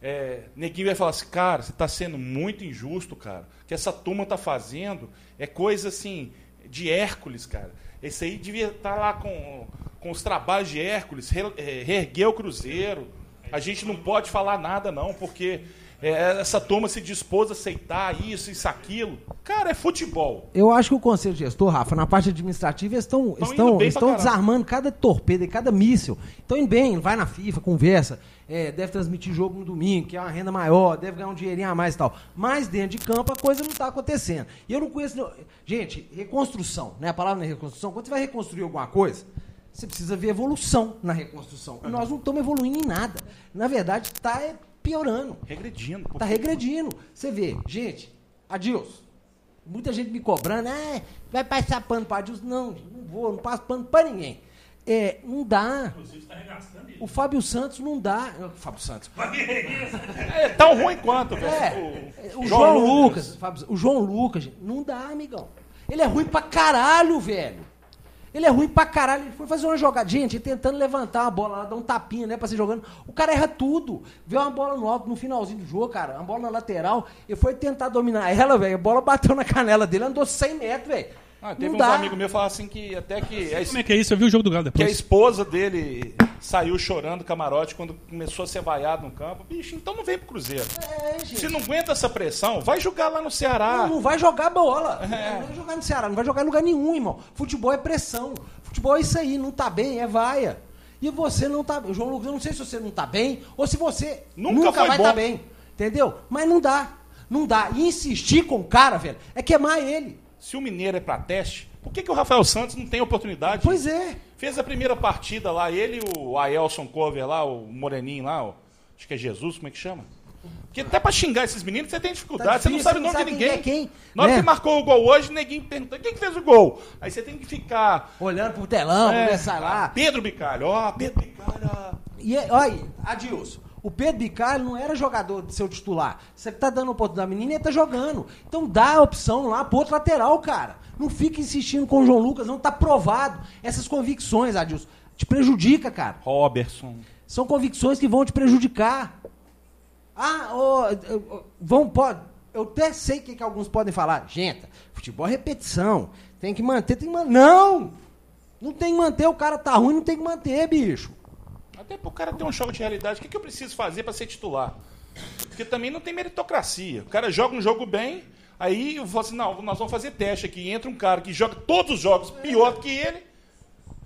é, Neguinho vai falar assim, cara, você está sendo muito injusto, cara. O que essa turma tá fazendo é coisa assim, de Hércules, cara. Esse aí devia estar lá com, com os trabalhos de Hércules, re, é, reerguer o Cruzeiro. A gente não pode falar nada, não, porque é, essa turma se dispôs a aceitar isso, isso, aquilo. Cara, é futebol.
Eu acho que o conselho gestor, Rafa, na parte administrativa, eles estão
indo bem
estão,
pra
estão
caralho.
desarmando cada torpedo e cada míssil. Estão indo bem, vai na FIFA, conversa, é, deve transmitir jogo no domingo, que é uma renda maior, deve ganhar um dinheirinho a mais e tal. Mas dentro de campo a coisa não está acontecendo. E eu não conheço. não- Gente, reconstrução, né? A palavra não é reconstrução. Quando você vai reconstruir alguma coisa, você precisa ver evolução na reconstrução. E nós não estamos evoluindo em nada. Na verdade, está piorando.
Regredindo.
Tá regredindo. Você vê, gente, Adilson. "É, Muita gente me cobrando, ah, vai passar pano pra Adilson. Não, não vou, não passo pano pra ninguém. É, não dá.
Inclusive, tá arregaçando ele.
O Fábio Santos não dá. O Fábio Santos.
É tão ruim quanto, velho.
É, o João, Lucas. Fábio- o João Lucas, gente, não dá, amigão. Ele é ruim pra caralho, velho. Ele é ruim pra caralho. Ele foi fazer uma jogada. Gente, ele tentando levantar uma bola lá, dar um tapinha, né, pra ser jogando. O cara erra tudo. Vê uma bola no alto, no finalzinho do jogo, cara. Uma bola na lateral. Ele foi tentar dominar ela, velho. A bola bateu na canela dele, andou 100 metros, velho.
Ah, teve
não
uns
dá.
amigos meus que falaram assim que até que a, es-
Como é que é isso? Eu vi o jogo do Galo
que a
depois.
esposa dele saiu chorando do camarote quando começou a ser vaiado no campo. Bicho, então não vem pro Cruzeiro.
É, gente.
Se não aguenta essa pressão, vai jogar lá no Ceará.
Não, não vai jogar bola.
É.
Não vai jogar no Ceará, não vai jogar em lugar nenhum, irmão. Futebol é pressão. Futebol é isso aí, não tá bem, é vaia. E você não tá bem. João Lucas, eu não sei se você não tá bem ou se você
Nunca
nunca,
foi
vai
bom.
tá bem. Entendeu? Mas não dá. Não dá. E insistir com o cara, velho, é queimar ele.
Se o Mineiro é pra teste, por que, que o Rafael Santos não tem oportunidade?
Pois é.
Fez a primeira partida lá, ele e o Aelson Cover lá, o Moreninho lá, o- acho que é Jesus, como é que chama? Porque até pra xingar esses meninos você tem dificuldade,
Tá
você não
difícil,
sabe o nome
não sabe
de ninguém.
quem é quem,
Na hora
né?
que marcou o gol hoje, ninguém perguntou quem que fez o gol. Aí você tem que ficar.
Olhando pro telão,
é,
começar lá.
Pedro Bicalho, ó, Pedro Bicalho.
E é- olha aí, Adilson. O Pedro Bicalho não era jogador de seu titular. Você que tá dando oportunidade da menina, ele tá jogando. Então dá a opção lá pro outro lateral, cara. Não fica insistindo com o João Lucas, não tá provado. Essas convicções, Adilson, te prejudica, cara.
Robertson.
São convicções que vão te prejudicar. Ah, ô, eu- eu- vão, pode. Eu até sei o que, que alguns podem falar. Gente, futebol é repetição. Tem que manter, tem que manter. Não! Não tem que manter, o cara tá ruim, não tem que manter, bicho.
Até pro cara ter um jogo de realidade, o que, que eu preciso fazer pra ser titular? Porque também não tem meritocracia. O cara joga um jogo bem, aí eu falo assim, não, nós vamos fazer teste aqui. Entra um cara que joga todos os jogos pior que ele.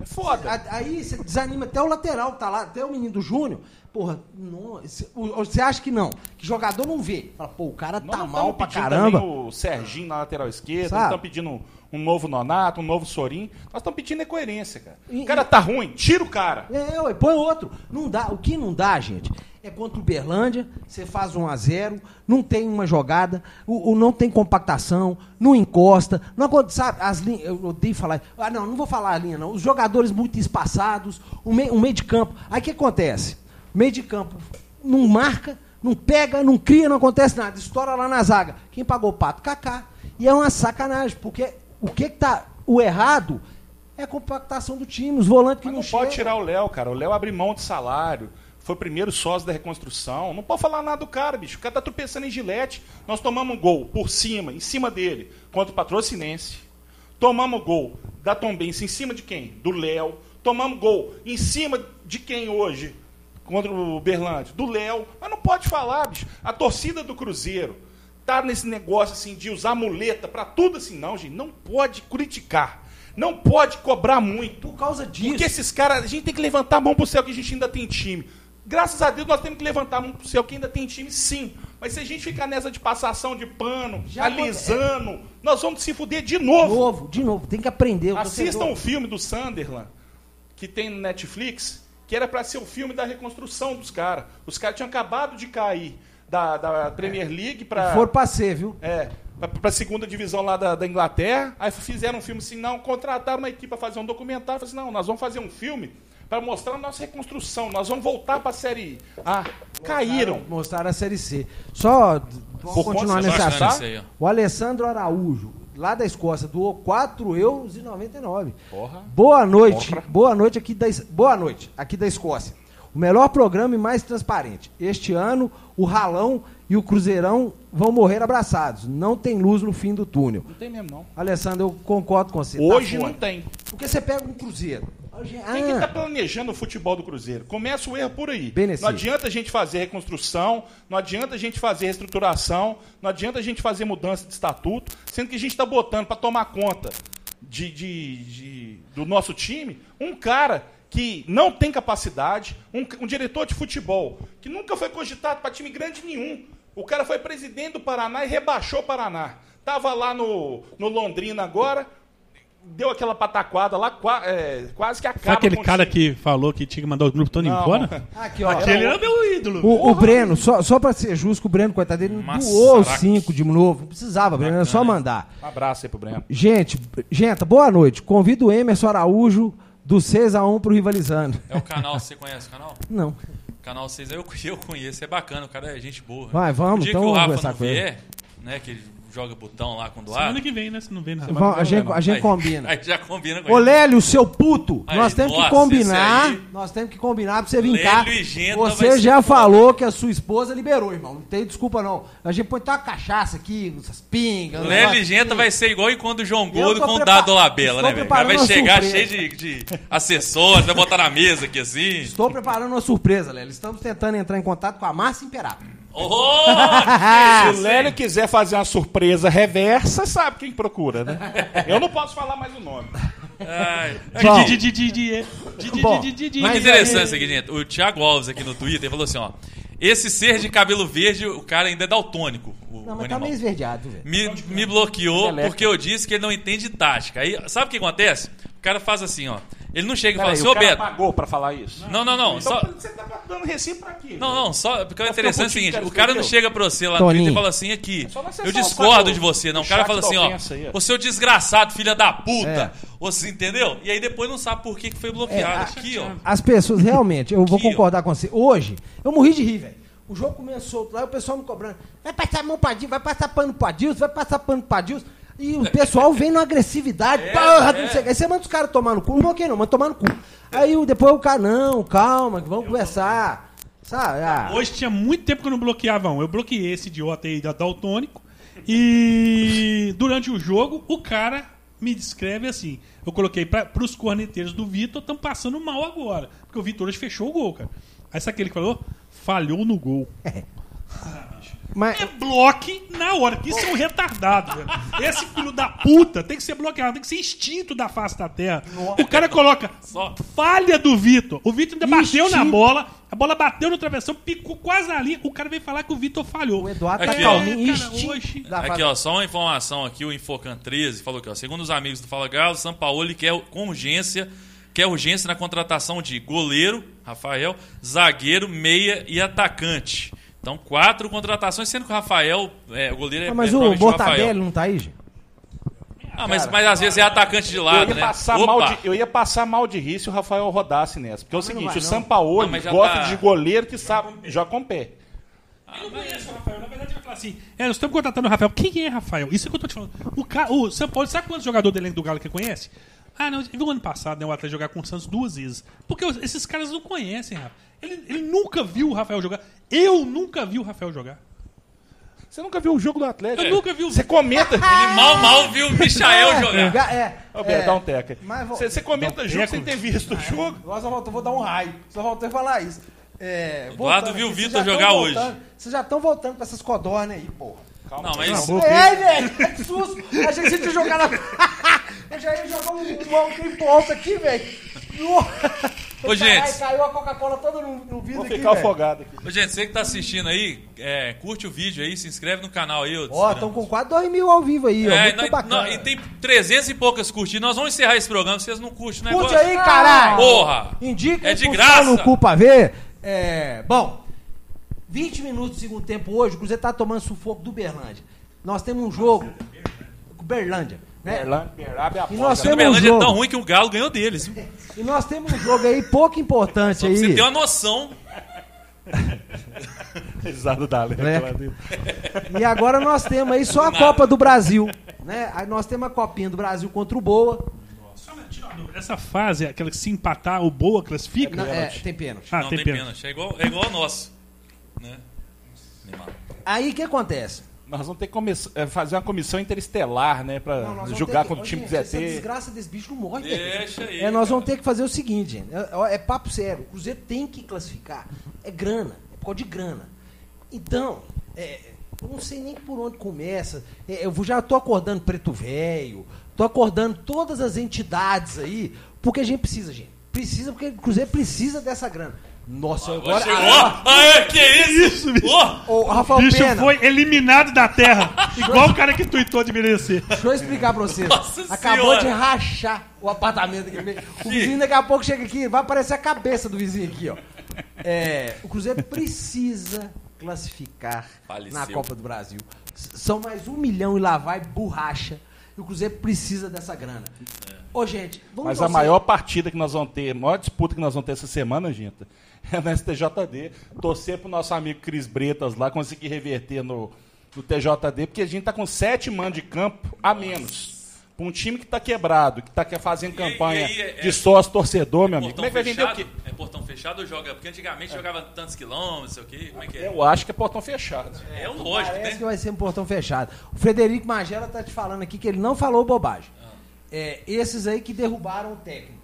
É foda.
A- Aí você desanima até o lateral que tá lá, até o menino do Júnior. Porra, não, cê- o- você acha que não? Que jogador não vê. Fala, pô, o cara
Nós
tá
não
mal
estamos
pra
pedindo
caramba.
também o Serginho na lateral esquerda,
Sabe?
não estamos pedindo um, um novo Nonato, um novo Sorin. Nós estamos pedindo é coerência, cara.
E-
o cara tá ruim, tira o cara.
É, ué, põe outro. Não dá. O que não dá, gente, é contra o Berlândia, você faz 1 a 0 não tem uma jogada, o, o não tem compactação, não encosta, não acon- sabe, as linhas, eu odeio falar, ah, não, não vou falar a linha não, os jogadores muito espaçados, o meio, o meio de campo, aí o que acontece? O meio de campo não marca, não pega, não cria, não acontece nada, estoura lá na zaga. Quem pagou o pato? Kaká. E é uma sacanagem, porque o que que tá o errado é a compactação do time, os volantes que
Mas
não,
não
chegam.
pode tirar o Léo, cara. O Léo abre mão de salário. Foi o primeiro sócio da reconstrução. Não pode falar nada do cara, bicho. O cara tá tropeçando em gilete. Nós tomamos um gol por cima, em cima dele, contra o patrocinense. Tomamos um gol da Tombense em cima de quem? Do Léo. Tomamos um gol em cima de quem hoje? Contra o Berlândia? Do Léo. Mas não pode falar, bicho. A torcida do Cruzeiro tá nesse negócio assim de usar muleta pra tudo assim. Não, gente. Não pode criticar. Não pode cobrar muito.
Por causa disso.
Porque esses caras, a gente tem que levantar a mão pro céu que a gente ainda tem time. Graças a Deus nós temos que levantar a mão pro céu que ainda tem time, sim. Mas se a gente ficar nessa de passação de pano,
Já
alisando, nós vamos se fuder de novo.
De novo, de novo, tem que aprender. O
Assistam o
torcedor.
filme do Sunderland, que tem no Netflix, que era pra ser o filme da reconstrução dos caras. Os caras tinham acabado de cair da, da Premier League pra.
For pra ser, viu?
É, pra, pra segunda divisão lá da, da Inglaterra. Aí fizeram um filme assim, não, contrataram uma equipe pra fazer um documentário. Falaram assim, não, nós vamos fazer um filme pra mostrar a nossa reconstrução. Nós vamos voltar pra série A. Caíram.
Mostraram a Série C. Só vamos
Por
continuar
conta-
nesse
Bastante
assunto.
isso aí, ó.
O Alessandro Araújo, lá da Escócia, doou 4,99 euros.
Porra.
Boa noite.
Porra.
Boa noite aqui da Es- Boa noite aqui da Escócia. O melhor programa e mais transparente. Este ano, o Ralão e o Cruzeirão vão morrer abraçados. Não tem luz no fim do túnel.
Não tem mesmo, não.
Alessandro, eu concordo com você. Tá
Hoje
fora.
não tem.
Porque você pega um Cruzeiro. Hoje-
Tem que tá-
Ah.
estar planejando o futebol do Cruzeiro. Começa o erro por aí.
Benessi.
Não adianta a gente fazer reconstrução, não adianta a gente fazer reestruturação, não adianta a gente fazer mudança de estatuto, sendo que a gente está botando para tomar conta de, de- de- do nosso time um cara que não tem capacidade, um, um diretor de futebol que nunca foi cogitado para time grande nenhum. O cara foi presidente do Paraná e rebaixou o Paraná. Tava lá no, no Londrina agora, deu aquela pataquada lá, qua- é, quase que acaba
Sabe aquele
com o
cara
time.
que falou que tinha que mandar o grupo todo
Não.
embora?
Ah, Aqui, ó.
Aquele era meu ídolo.
O, o Breno, só, só pra ser justo, que o Breno, coitado dele,
Massaraque.
doou os cinco de novo. Não precisava, Breno, era só mandar.
Um abraço aí pro Breno.
Gente, gente, boa noite. Convido o Emerson Araújo Do 6x1 pro rivalizando.
É o canal, você conhece o canal?
Não.
O canal 6 aí eu, eu conheço, é bacana, o cara é gente boa.
Vai, vamos,
o dia
então
que o
vamos
Rafa
conversar
não
com ele.
vier, né, que ele joga botão lá com o Duarte.
Semana que vem, né? Se não vem, na
Vamos,
semana
a
que vem.
gente, a gente
aí-
combina.
Aí já combina com
Ô
ele.
Lélio, seu puto,
Aí,
nós temos
nossa,
que combinar.
esse aí-
Nós temos que combinar pra você vir cá.
Lélio e Genta vai
Você
ser
já
foda.
falou que a sua esposa liberou, irmão. Não tem desculpa, não. A gente põe uma cachaça aqui, essas pingas. um
Léo
negócio
Ligenta
assim.
vai ser igual enquanto o João
Eu
Gordo
tô
com o
prepa-
Dado Labella,
estou
né, velho? O cara Vai
preparando uma
chegar
surpresa.
cheio de, de acessórios, vai botar na mesa aqui assim.
Estou preparando uma surpresa, Lélio. Estamos tentando entrar em contato com a Márcia Imperato.
Oh,
Se o Lélio quiser fazer uma surpresa reversa, sabe quem procura, né? Eu não posso falar mais o nome.
Ai.
Bom.
Di, di, di, di, di, é. Di, di,
Bom,
di, di, di,
mas
Muito
di.
interessante isso aqui, gente. O Thiago Alves aqui no Twitter falou assim, ó. Esse ser de cabelo verde, o cara ainda é daltônico, o,
Não, mas tá
o Um animal.
meio esverdeado, velho.
Me, me bloqueou
Meleca.
porque eu disse que ele não entende tática. Aí, sabe o que acontece? O cara faz assim, ó. Ele não chega e fala
Peraí,
assim,
o
ô
cara
Beto.
pagou pra falar isso.
Não, não, não.
Então
Só,
você tá dando recibo pra quê?
Não, não, só porque o
Mas
interessante é
tem
o
um
seguinte,
motivo,
o
cara,
cara não
escreveu.
chega pra você lá no Twitter e
Toninho.
fala assim, aqui,
É só você
eu
só
discordo
fazer o-
de você, não.
o
O cara
chat
fala
da
assim, ó,
ofensa aí, ó.
você é o desgraçado, filha da
É.
puta. Você entendeu? E aí depois não sabe por que que foi bloqueado.
É, a-
aqui, ó.
As pessoas, realmente, eu vou
Aqui, ó.
concordar com você. Hoje, eu morri de rir, velho. O jogo começou lá, o pessoal me cobrando. Vai passar a mão pra Dilson, vai passar pano pra Dilson, vai passar pano pra Dilson. E
É.
o pessoal vem numa agressividade. porra, não sei o quê. Aí você manda os caras tomar no cu. Não bloqueia não, manda tomar no cu. Aí o- depois o cara, não, calma, que vamos conversar. Sabe? Ah,
Hoje tinha muito tempo que eu não bloqueava um. Eu bloqueei esse idiota aí da Daltônico. E durante o jogo, o cara me descreve assim. Eu coloquei para os corneteiros do Vitor, estão passando mal agora. Porque o Vitor hoje fechou o gol, cara. Aí sabe aquele que falou? Falhou no gol.
mas,
É bloque na hora. Isso é um retardado, velho. Esse filho da puta tem que ser bloqueado, tem que ser extinto da face da terra. O cara coloca
Só.
falha do Vitor. O Vitor ainda bateu na
Extinto.
bola, a bola bateu no travessão, picou quase na linha. O cara veio falar que o Vitor falhou.
o Eduardo
Aqui,
tá
ó.
calminho.
É, cara,
instinto
hoje-
da
Aqui,
fase-
ó, só uma informação aqui, o Infocan 13 falou que, ó, segundo os amigos do Fala Galo, Sampaoli quer com urgência, quer urgência na contratação de goleiro, Rafael, zagueiro, meia e atacante. Então, quatro contratações, sendo que o Rafael, é, o goleiro é,
Ah, mas
é
o
provavelmente Rafael.
Mortadelli não tá aí, gente?
Ah, mas, mas às vezes é atacante de
Eu
lado,
ia,
né?
passar
Opa!
mal de, eu ia passar mal de rir se o Rafael rodasse nessa. Porque é o seguinte,
vai,
o
não.
Sampaoli
Não, mas já
gosta
tá-
de goleiro que sabe... Já com pé.
Eu não conheço o Rafael. Na verdade, ele vai falar assim: é, nós estamos contratando o Rafael. Quem é Rafael? Isso é que eu tô te falando. O, ca... o São Paulo, sabe quantos jogadores do elenco do Galo que conhece? Ah, não, eu vi o ano passado, né, o Atlético jogar com o Santos duas vezes. Porque os- esses caras não conhecem, Rafa. Ele, ele nunca viu o Rafael jogar. Eu nunca vi o Rafael jogar.
Você nunca viu o jogo do Atlético?
Eu nunca vi o.
Você comenta...
Ele mal, mal viu o Michael
É,
jogar.
ga- É,
Ô, Beto,
é.
dá um teca.
Mas vou-
Você você comenta
um
jogo
teco.
sem ter visto o jogo.
Agora só faltou, vou dar um raio. Só faltou eu falar isso. É,
Eduardo
voltando
viu o
aqui, vocês
Vitor
já
jogar
tão
hoje.
voltando- Vocês já estão voltando com essas codornas aí, porra.
Não, mas
É, velho, que susto. Achei que você tinha jogado na... Eu já ia jogar um, um, um tem ponta aqui, velho. No-
Ô, gente.
Caralho, Caiu a Coca-Cola toda no, no vidro
Vou
aqui,
ficar
velho.
afogado aqui.
Ô, gente, você que tá assistindo aí, é, curte o vídeo aí, se inscreve no canal aí. ô,
Ó,
Instagram.
estão com quase 2 mil ao vivo aí, ó.
É,
Muito
nós-
bacana.
nós- e tem 300 e poucas curtidas. Nós vamos encerrar esse programa, vocês não curtem o negócio.
Curte aí, caralho!
Porra!
Indica
É
aí
de
pro
graça.
Sal no cu pra ver. É, bom, 20 minutos do segundo tempo hoje, o Cruzeiro tá tomando sufoco do Berlândia. Nós temos um jogo. com Berlândia, né? E nós
O
temos um
Berlândia é tão
jogo.
ruim que o Galo ganhou deles. Pra
E nós temos um jogo aí pouco importante aí.
você ter uma noção.
Risado da Alex.
É.
lá dentro.
E agora nós temos aí só a Copa do Brasil. Né? Aí nós temos a Copinha do Brasil contra o Boa.
Só uma- tira uma dúvida. Essa fase, aquela que se empatar, o Boa classifica?
Na- é, tem pênalti.
Ah,
não,
tem,
tem
pena.
pênalti. É igual, é igual ao nosso. Né? Neymar.
Aí o que acontece?
Nós vamos ter que come- eh, fazer uma comissão interestelar, né? Pra
Não, nós vamos
julgar
ter
quando o
que-
time
Gente,
quiser
Essa
ter.
desgraça desse bicho não morre, velho.
Deixa aí.
É, nós
cara.
vamos ter que fazer o seguinte, gente. É, ó, é papo sério. O Cruzeiro tem que classificar. É grana. É por causa de grana. Então, é, eu não sei nem por onde começa. É, eu vou- já tô acordando Preto Velho, tô acordando todas as entidades aí, porque a gente precisa, gente. Precisa, porque o Cruzeiro precisa dessa grana. Nossa, agora.
Chegou.
agora-
Aê, que isso?
bicho?
Ó,
Ô, Rafael
Bicho
Pena,
foi eliminado da terra. igual o cara que tuitou de merecer.
deixa eu explicar pra vocês.
Nossa
Acabou
Senhora.
de rachar o apartamento aqui. no meio. O vizinho daqui a pouco chega aqui, vai aparecer a cabeça do vizinho aqui, ó. É, o Cruzeiro precisa classificar
Faleceu.
na Copa do Brasil. S- São mais um milhão e lá vai borracha. E o Cruzeiro precisa dessa grana. Ô, gente, vamos
Mas
dar
a
um
maior partida que nós vamos ter, a maior disputa que nós vamos ter essa semana, gente, é na STJD. Torcer pro nosso amigo Cris Bretas lá conseguir reverter no, no TJD, porque a gente tá com sete man de campo a menos. Pra um time que tá quebrado, que tá que- fazendo
aí-
campanha
e aí é-
de
é-
sócio torcedor, meu amigo.
Portão
Como é que vai vender o
fechado?
quê?
É portão fechado ou joga? Porque antigamente jogava tantos quilômetros, não sei o quê. Como é que é?
Eu acho que é portão fechado.
É, lógico,
Parece
né?
que vai ser um portão fechado. O Frederico Magela tá te falando aqui que ele não falou bobagem.
Ah.
É, esses aí que derrubaram o técnico.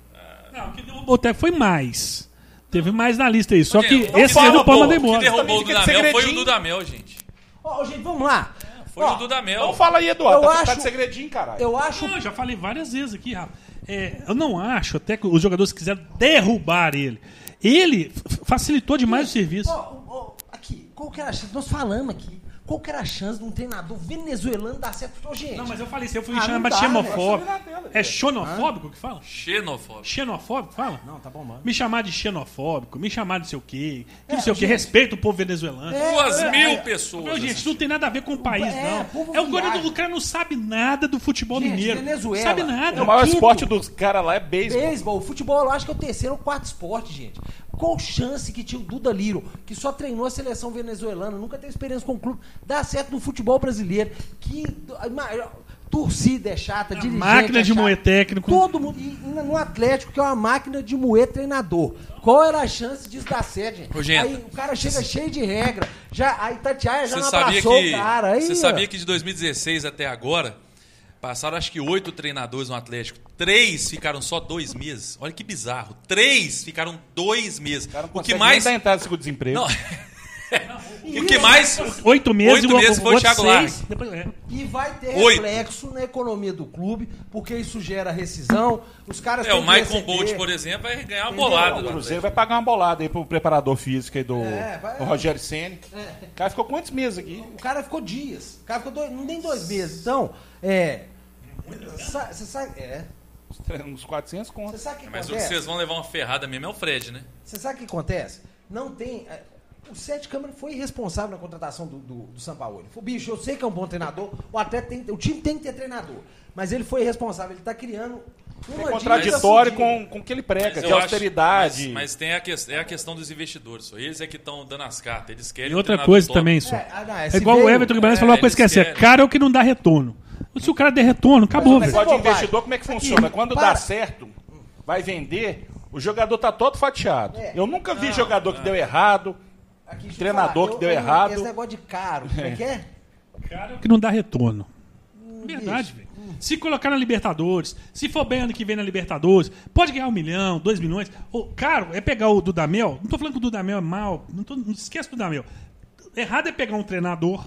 Não, o que derrubou o Teco foi mais. Teve mais na lista aí. Só
Ô,
que
Diego, então
esse
fala,
aí do Palma
pô,
O que
demora.
derrubou o
Também fica de
Dudamel foi o
segredinho.
Dudamel, gente.
Ó, gente, vamos lá.
É, Foi
Ó,
o Dudamel.
Então fala aí, Eduardo.
Eu
tá- Tá
acho-
de segredinho, caralho.
Eu acho.
Não, eu já falei várias vezes aqui, Rafa. É, eu não acho até que os jogadores quiseram derrubar ele. Ele f- facilitou demais o serviço.
Ó, ó, aqui, qual que era a chance? Nós falamos aqui. Qual que era a chance de um treinador venezuelano dar certo? Ô, gente.
Não, mas eu falei, se eu fui
Ah, não
chamado de
dá, né?
xenofóbico.
Pode subir na tela,
É xenofóbico que fala?
Xenofóbico.
Xenofóbico, fala?
Não, tá bom, mano.
Me chamar de xenofóbico, me chamar de não sei o quê, que não
É,
sei o quê,
gente.
respeito o povo venezuelano.
É,
Duas
é,
mil
é.
pessoas. assim.
Meu, gente, isso não tem nada a ver com o país,
É, povo
não. É o goleiro
viagem.
do cara não sabe nada do futebol
Gente,
mineiro.
Venezuela.
Sabe nada.
É
O maior
Quinto.
esporte dos caras lá é beisebol.
Beisebol, futebol, eu acho que é o terceiro ou quarto esporte, gente. Qual chance que tinha o Duda Liro, que só treinou a seleção venezuelana, nunca teve experiência com o clube, dá certo no futebol brasileiro, que a maior- torcida é chata, dirigente
máquina
é
de
chata.
moer técnico.
Todo mundo, e ainda no Atlético, que é uma máquina de moer treinador. Qual era a chance disso dar certo, gente?
Ô, gente.
Aí o cara chega cheio de regra, já, a Itatiaia já
Você
não
sabia,
abraçou
que,
o cara. Aí,
você sabia que de 2016 até agora passaram acho que oito treinadores no Atlético. Três ficaram só dois meses. Olha que bizarro. Três ficaram dois meses.
O cara não
o que
consegue
mais.
nem dar entrada com o desemprego.
Não. o que mais.
Oito meses,
Oito
igual-
meses foi o
outro
Thiago
seis,
Largue.
depois- é.
E vai ter
Oito.
reflexo na economia do clube, porque isso gera rescisão. Os caras
É, o
têm que
Michael
receber.
Bolt, por exemplo, vai ganhar uma
Entendeu?
bolada.
O
do
Cruzeiro
Atlético.
vai pagar uma bolada aí pro preparador físico aí do
É, vai-
do Rogério Senna.
É.
O cara ficou quantos meses aqui?
O cara ficou dias. O cara ficou dois, nem dois meses. Então, é. sa- Você sabe, é,
Uns tre- Uns 400
você
contas.
sabe o que
Mas o que
acontece?
vocês vão levar uma ferrada mesmo é o Fred, né?
Você sabe o que acontece? Não tem. é, O Sete Câmara foi responsável na contratação do, do, do Sampaoli. Ele falou, bicho, eu sei que é um bom treinador, o, atleta tem, o time tem que ter treinador. Mas ele foi responsável, ele está criando uma
É
dívida
contraditório
fodida.
com, com o que ele prega,
Mas
de
eu acho-
austeridade.
mas mas tem a que- é a questão dos investidores. só. Eles é que estão dando as cartas. Eles querem.
E
um
outra
treinador
coisa
top.
também, isso.
É, ah, não,
É
esse
igual o
veio-
Everton Guimarães
é,
falou uma coisa que é
eles
assim, é
querem.
caro é o que não dá retorno. Se o cara der retorno, acabou,
O
mas
velho.
é
negócio de
bobagem.
investidor, como é que funciona? Quando
para.
dá certo, vai vender, o jogador tá todo fatiado.
É.
Eu nunca vi jogador que deu errado.
Aqui, deixa eu
Treinador
falar,
que
eu-
deu
eu-
errado.
Esse negócio de caro, como é que é?
Caro é o que não dá retorno.
Hum,
Verdade, velho. Se colocar na Libertadores, se for bem ano que vem na Libertadores, pode ganhar um milhão, dois milhões. O caro é pegar o Dudamel. Não tô falando que o Dudamel é mal. Não, tô, não esquece do Dudamel. Errado é pegar um treinador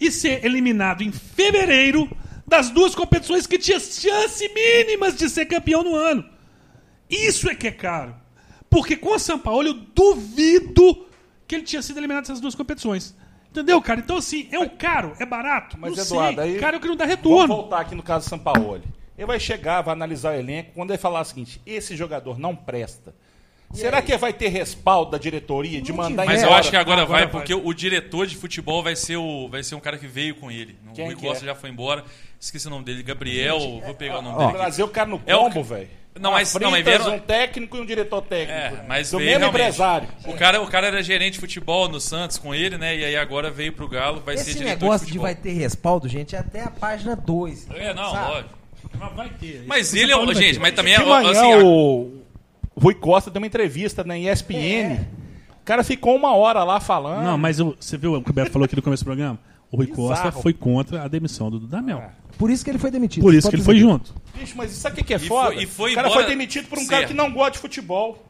e ser eliminado em fevereiro das duas competições que tinha chance mínimas de ser campeão no ano. Isso é que é caro. Porque com o São Paulo, eu duvido que ele tinha sido eliminado dessas duas competições. Entendeu, cara? Então, assim, é um caro, é barato.
Mas,
não
Eduardo,
sei.
aí-
Caro é o que não dá
Vamos
retorno.
voltar aqui no caso do Sampaoli. Ele vai chegar, vai analisar o elenco, quando ele falar o seguinte, esse jogador não presta. Será que vai ter respaldo da diretoria de
Não
mandar
tiver.
Mas eu
embora?
acho que agora,
Agora
vai,
vai.
porque o diretor de futebol vai ser, o, vai ser um cara que veio com ele. O
Quem
Rui
que
Costa
é?
já foi embora. Esqueci o nome dele. Gabriel, vou pegar o nome
Ó,
dele. aqui.
trazer o cara no
É o-
combo, velho.
Não,
Ah,
mas- não, mas
Freitas,
vieram-
um técnico e um diretor técnico.
É, mas
do
veio
mesmo
realmente.
empresário.
O cara, o cara era gerente de futebol no Santos com ele, né? E aí agora veio pro Galo, vai ser
Esse
diretor
negócio
de
de,
futebol.
vai ter respaldo, gente, é até a página 2.
É, não, lógico.
Mas vai ter.
Mas ele é um. Gente, mas também é.
De manhã,
assim, a-
o Rui Costa deu uma entrevista na ESPN.
É.
O cara ficou uma hora lá falando.
Não, mas eu- você viu o que o Beto falou aqui no começo do programa? O Rui
Bizarro. É.
Costa foi contra a demissão do Dudamel.
Por isso que ele foi demitido.
Por isso
Pode
que ele foi
dizer.
junto.
Bicho, mas sabe o que, que é
foi-
foda?
e foi
o cara
embora- é.
foi demitido por um cara
Certo.
que não gosta de futebol.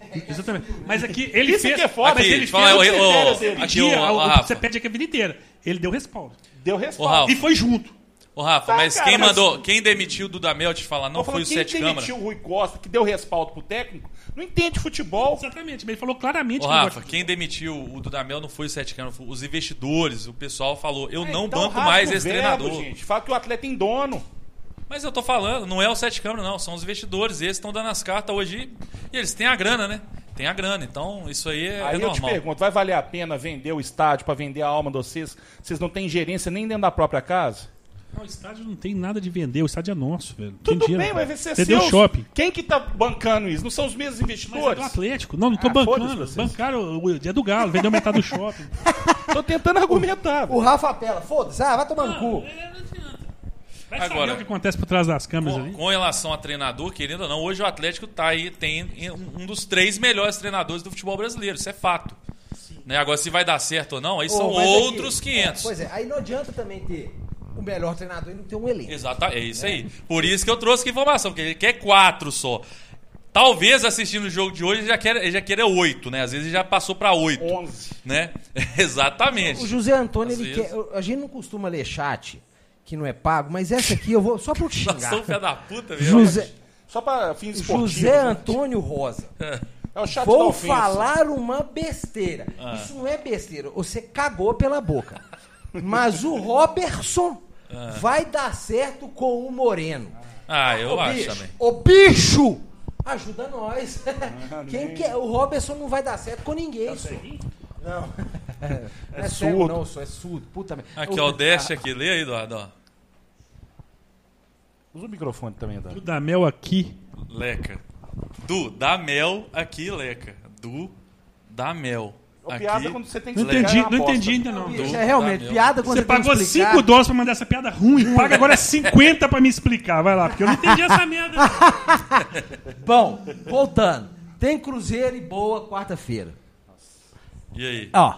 Exatamente. Mas aqui ele
Isso
fez.
que é foda,
mas
aqui,
ele
fala,
fez.
ô, ô,
critério dele.
aqui,
aqui,
ô,
a-
ô,
o que você
Rafa.
pede aqui a vida inteira. Ele deu respaldo.
Deu
Ô, Raul.
resposta.
E foi junto.
Ô, Rafa,
Tá,
mas
cara,
quem
mas-
mandou, quem demitiu do Dudamel te falar, não
Eu falo,
foi o
quem
Sete Câmara.
demitiu o Rui Costa, que deu respaldo pro técnico, não entende futebol.
Exatamente. Mas ele falou claramente que
Ô,
não
Rafa,
gosta.
quem demitiu o Dudamel não foi o Sete Câmara, foi os investidores, o pessoal falou, eu
Ah,
não
então
banco
rasga
mais
o
esse
verbo,
treinador.
Gente. Fala que o atleta é tem dono.
Mas eu tô falando, não é o Sete Câmara, não, são os investidores, eles estão dando as cartas hoje e eles têm a grana, né? Tem a grana, então isso aí é,
Aí
é
eu te
normal.
pergunto, vai valer a pena vender o estádio pra vender a alma de vocês? Vocês não têm gerência nem dentro da própria casa?
Não, o estádio não tem nada de vender, o estádio é nosso, velho. Tem
Tudo
dinheiro,
bem,
cara.
mas é vai ser
Você é deu
seus.
shopping.
Quem que tá bancando isso? Não são os
Mas
mesmos
é do
investidores?
Atlético. Não, não tô
Ah, foda-se
bancando.
vocês.
Bancaram o o dia do Galo, vendeu metade do shopping.
Tô tentando argumentar.
O
velho.
Rafa Pela, foda-se, ah, vai tomar no cu.
é,
Vai
Agora-
saber o que acontece por trás das câmeras
Com,
ali.
com relação a treinador, querendo ou não, hoje o Atlético tá aí, tem em- um dos três melhores treinadores do futebol brasileiro, isso é fato. Né? Agora, se vai dar certo ou não, aí são
Ô, mas é que-
outros 500.
Pois é, aí não adianta também ter o melhor treinador e não ter um elenco.
Exato, é isso aí. Por isso que eu trouxe aqui a informação, que ele quer quatro só. Talvez assistindo o jogo de hoje ele já queira, ele já queira oito, né? Às vezes ele já passou pra oito.
11.
Né? Exatamente.
O José Antônio,
Às
ele
vezes.
quer. eu- A gente não costuma ler chat, que não é pago, mas essa aqui eu vou só pra eu te xingar.
Passou o pé um da puta, viu?
José,
Só pra fins esportivos.
José
né?
Antônio Rosa.
É o chat da
Vou
ofensa.
falar uma besteira.
Ah.
Isso não é besteira. Você cagou pela boca. Mas o Robertson vai dar certo com o Moreno.
Ah, eu
Ô,
acho
bicho,
também.
ô, bicho! Ajuda nós.
Ah,
Quem quer? O Robertson não vai dar certo com
Tá
ninguém. isso. Não. Não é, cego,
surdo.
não, só é surdo. Puta merda.
Aqui, ó, o Dash aqui. Lê aí, Eduardo, ó.
Usa o microfone também, Eduardo.
O da Mel aqui.
Leca. Du, dá mel aqui, Leca. Du, dá mel.
O
aqui.
piada é quando você tem que
Não
explicar,
entendi,
é uma
não
aposta.
entendi ainda não.
Não,
Bicho, é realmente,
Daniel.
piada quando
Você pagou
tem que explicar.
5 dólares pra mandar essa piada ruim. Paga agora 50 pra me explicar. Vai lá, porque eu não entendi essa merda.
Bom, voltando. Tem Cruzeiro e Boa quarta-feira.
E aí?
Ó,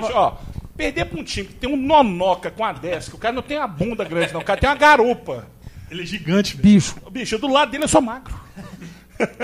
Bicho, ó, perder pra um time que tem um nonoca com a 10, que o cara não tem a bunda grande, não. O cara tem uma garupa.
Ele é gigante, velho.
bicho,
Ô, Bicho, eu do lado dele eu sou magro.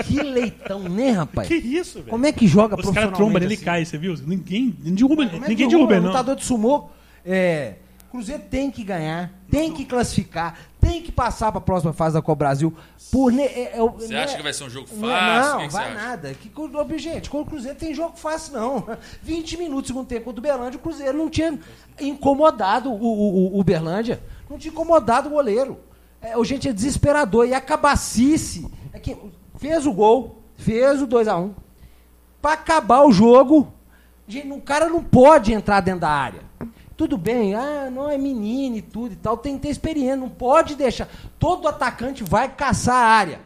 que leitão, né, rapaz?
Que isso, velho?
Como é que joga
Os caras trombam
profissionalmente
ele
assim.
ele cai, você viu? Ninguém derruba ele.
Como é
Ninguém
que o
derruba ele, não.
lutador de sumô, é, Cruzeiro tem que ganhar, tem que classificar, tem que passar para a próxima fase da Copa Brasil. Por ne- é- é o-
Você
né-
acha que vai ser um jogo fácil?
Não,
O que que
vai
você acha?
nada. Que, co- ô, gente, com o Cruzeiro tem jogo fácil, não. 20 minutos, segundo tempo do Berlândia, o Cruzeiro não tinha incomodado o, o, o- o Berlândia, não tinha incomodado o goleiro. É, o gente é desesperador. E a cabacice é que fez o gol, fez o 2x1. Pra acabar o jogo, gente, um cara não pode entrar dentro da área. Tudo bem, ah, não é menino e tudo e tal, tem que ter experiência, não pode deixar. Todo atacante vai caçar a área.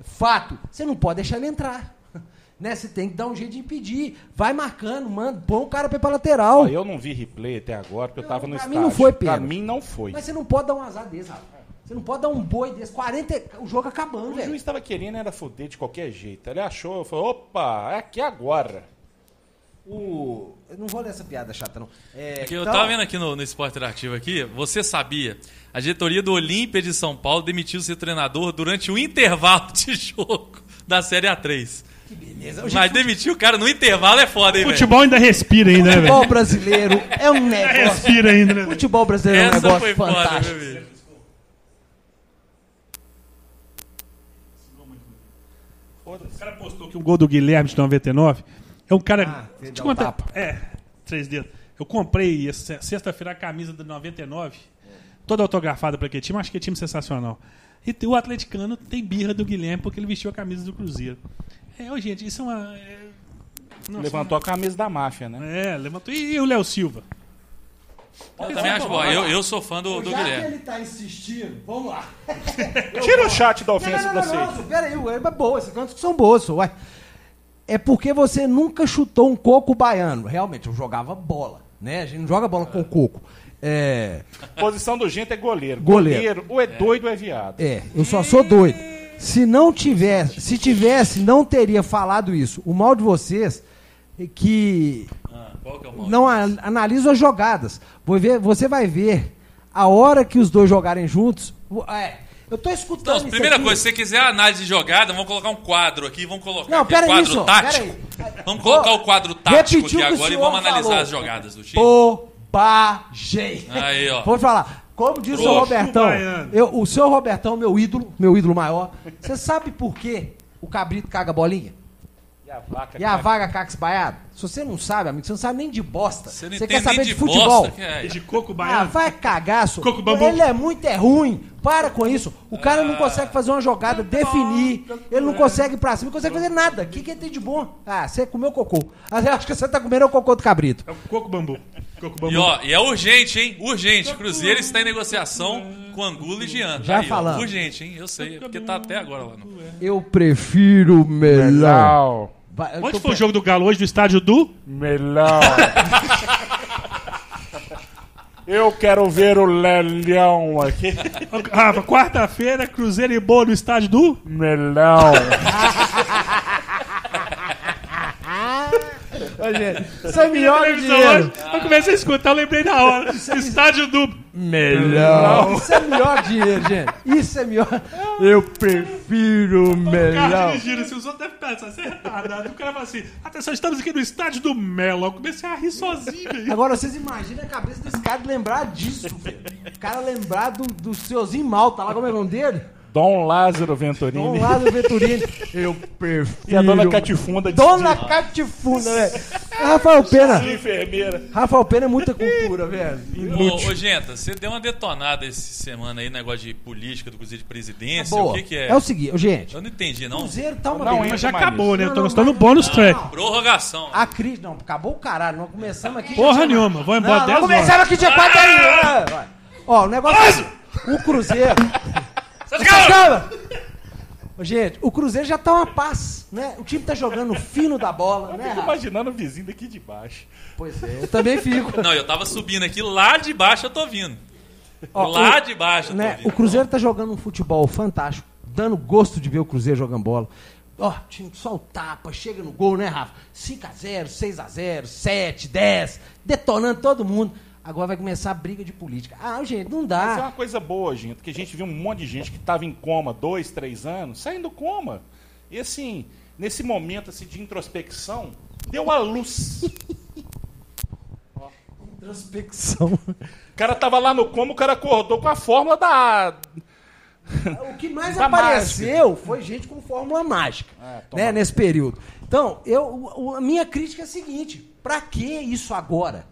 Fato, você não pode deixar ele entrar. Né? Você tem que dar um jeito de impedir. Vai marcando, manda, põe o cara pra ir pra lateral.
Ó, eu não vi replay até agora, porque eu tava no
pra
estádio.
mim não foi
Pra
pênalti.
mim não foi.
Mas você não pode dar um azar desse, rapaz. Você não pode dar um boi desse. 40, e- o jogo acabando,
O
velho.
juiz tava querendo era foder de qualquer jeito. Ele achou, falou, opa, é aqui agora.
O... Eu não vou ler essa piada chata, não. É,
Porque eu
então-
tava vendo aqui no, no Esporte Interativo aqui, você sabia, a diretoria do Olímpia de São Paulo demitiu seu treinador durante o intervalo de jogo da Série A3.
Que beleza.
Mas demitiu o cara no intervalo é foda, hein, velho?
Futebol ainda respira ainda, né, velho?
Futebol brasileiro é um negócio.
Respira ainda, né? velho?
Futebol brasileiro é um
Essa foi
negócio
foda, né,
fantástico.
meu amigo.
O cara postou que o gol do Guilherme de 99 é um
Ah,
cara.
você
te
dá um
contar.
tapa.
É, três dedos. Eu comprei essa- sexta-feira a camisa do 99, toda autografada para que time, acho que é time sensacional. E tem- o atleticano tem birra do Guilherme porque ele vestiu a camisa do Cruzeiro. É, ô, gente, isso é uma. É, nossa,
Levantou a camisa da máfia, né?
É, levantou. E, e o Léo Silva?
Eu também acho é bom. Eu, eu sou fã do, do
Já que
Guilherme.
ele tá insistindo, vamos lá.
Tira o chat da
Não, não,
ofensa
não,
pra
não,
vocês.
não, pera aí, ué, é boa, esses cantos são boas, uai. É porque você nunca chutou um coco baiano. Realmente, eu jogava bola, né? A gente não joga bola com coco. É,
Posição do gente é goleiro.
Goleiro.
ou é doido ou é viado.
é, eu só sou doido. Se não tivesse, se tivesse, não teria falado isso. O mal de vocês é que
Ah, qual que é o mal?
não a- analiso as jogadas. Vou ver- você vai ver a hora que os dois jogarem juntos. o- é, eu tô escutando.
Então,
isso
primeira
aqui.
coisa, se você quiser análise de jogada, vamos colocar um quadro aqui, vamos colocar
Não,
aqui, um
pera aí,
quadro
senhor,
tático.
pera aí.
Vamos colocar
Ô,
o quadro tático
repetiu
aqui
o que o
agora e
senhor
vamos analisar
falou.
as jogadas do time.
Bobagem.
Aí, ó.
Vou te falar. Como diz o
Trouxa,
seu Robertão,
baiano.
eu- o seu Robertão, meu ídolo, meu ídolo maior. Você sabe por que o cabrito caga a bolinha?
E a vaca. tá
E a vaga caca espaiada? Se você não sabe, amigo, você não sabe nem de bosta.
Você
Você,
não
quer
entende
saber
nem
de,
de
futebol.
bosta. que é.
E de coco
Ah,
baiano?
vai cagar, senhor.
Coco bambu. Ah,
Ele é muito é ruim. Para com isso. O cara não consegue fazer uma
tá
jogada, definir. Ele não consegue ir pra cima, não consegue fazer nada. O que, que ele tem de bom? Ah, você comeu cocô. Ah, eu acho que você tá comendo o cocô do cabrito.
É o coco bambu.
Ficou com o
E,
bambu.
ó, e é urgente, hein? Urgente. Cruzeiro está em negociação com Angola e Jean.
Já
Aí, ó,
falamos.
Urgente, hein? Eu sei, é porque tá até agora lá no...
Eu prefiro melão.
Melão.
Vai, eu
Onde
tô
foi o
pe-
jogo do Galo hoje? No estádio do?
Melão. Eu quero ver o Lelhão aqui.
Rafa, quarta-feira, Cruzeiro e Boa no estádio do?
Melão.
Ô, gente, Isso é melhor que
Televisão
dinheiro.
hoje, Eu comecei a escutar, eu lembrei na hora. Estádio do.
Melão. Isso é melhor dinheiro, gente. Isso é melhor. Eu prefiro
Cara,
melão.
dirigindo, assim, os outros devem pensar, você é retardado. O cara fala assim: atenção, estamos aqui no estádio do Melo. Eu comecei a rir sozinho, velho.
Agora vocês imaginem a cabeça desse cara de lembrar disso, velho. O cara lembrar do, do seuzinho malta lá, como é o nome dele?
Dom Lázaro Venturini.
Vamos lá do Venturini. Eu prefiro.
E a dona Catifunda de
Dona Catifunda, velho. Rafael Pena.
enfermeira.
Rafael Pena é muita cultura, velho.
Ô, ô, Genta, você deu uma detonada essa semana aí, negócio de política do Cruzeiro de presidência.
Boa.
O que que é?
É o seguinte, ô, gente.
Eu não entendi,
O
não.
Cruzeiro tá uma
Não,
beleza.
hein?
Mas já
Não, não,
acabou, né? Eu tô
não,
gostando do
não,
bônus
não,
track.
não.
Prorrogação.
A crise. Não, acabou o caralho. Nós começamos aqui.
Porra nenhuma, vou embora
Não, nós
10 horas. Ah!
começamos aqui dia 4 aí. né? Vai. Ó, o negócio. é O Cruzeiro. Calma! Ô, Gente, o Cruzeiro já tá uma paz, né? O time tá jogando fino da bola, né? Rafa?
Imaginando o vizinho daqui de baixo.
Pois é, eu também fico.
Não, eu tava subindo aqui, lá de baixo eu tô vindo.
Ó,
lá
o-
de baixo eu tô
né?
vindo.
O Cruzeiro tá jogando um futebol fantástico, dando gosto de ver o Cruzeiro jogando bola. Ó, time só o tapa, chega no gol, né, Rafa? 5x0, 6x0, 7, 10, detonando todo mundo. Agora vai começar a briga de política. Ah, gente, não
Isso
dá.
é uma coisa boa, gente, porque a gente viu um monte de gente que estava em coma dois, três anos, saindo do coma. E assim, nesse momento assim, de introspecção, deu a luz.
Introspecção.
O cara tava lá no coma, o cara acordou com a fórmula da.
É, O que mais
Da É,
apareceu foi gente com fórmula mágica,
toma.
né, nesse período. Então, eu, o- a minha crítica é a seguinte: pra que isso agora?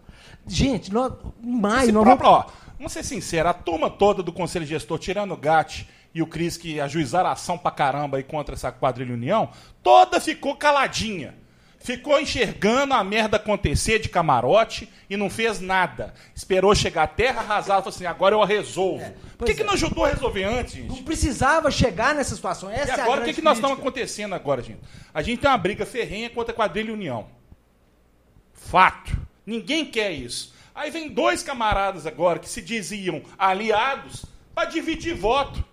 Gente, nós, em maio
Esse
nós
próprio,
vamos.
ó, vamos ser sinceros, a turma toda do Conselho Gestor, tirando o Gatti e o Cris, que ajuizaram a ação pra caramba aí contra essa quadrilha União, toda ficou caladinha. Ficou enxergando a merda acontecer de camarote e não fez nada. Esperou chegar a terra, arrasar e falou assim: agora eu a resolvo. Por
pois
que, que
é.
não ajudou a resolver antes, gente?
Não precisava chegar nessa situação. Essa
E
é a
agora, o que,
grande
que nós
crítica.
estamos acontecendo agora, gente? A gente tem uma briga ferrenha contra a quadrilha União. Fato. Ninguém quer isso. Aí vem dois camaradas agora que se diziam aliados para dividir voto.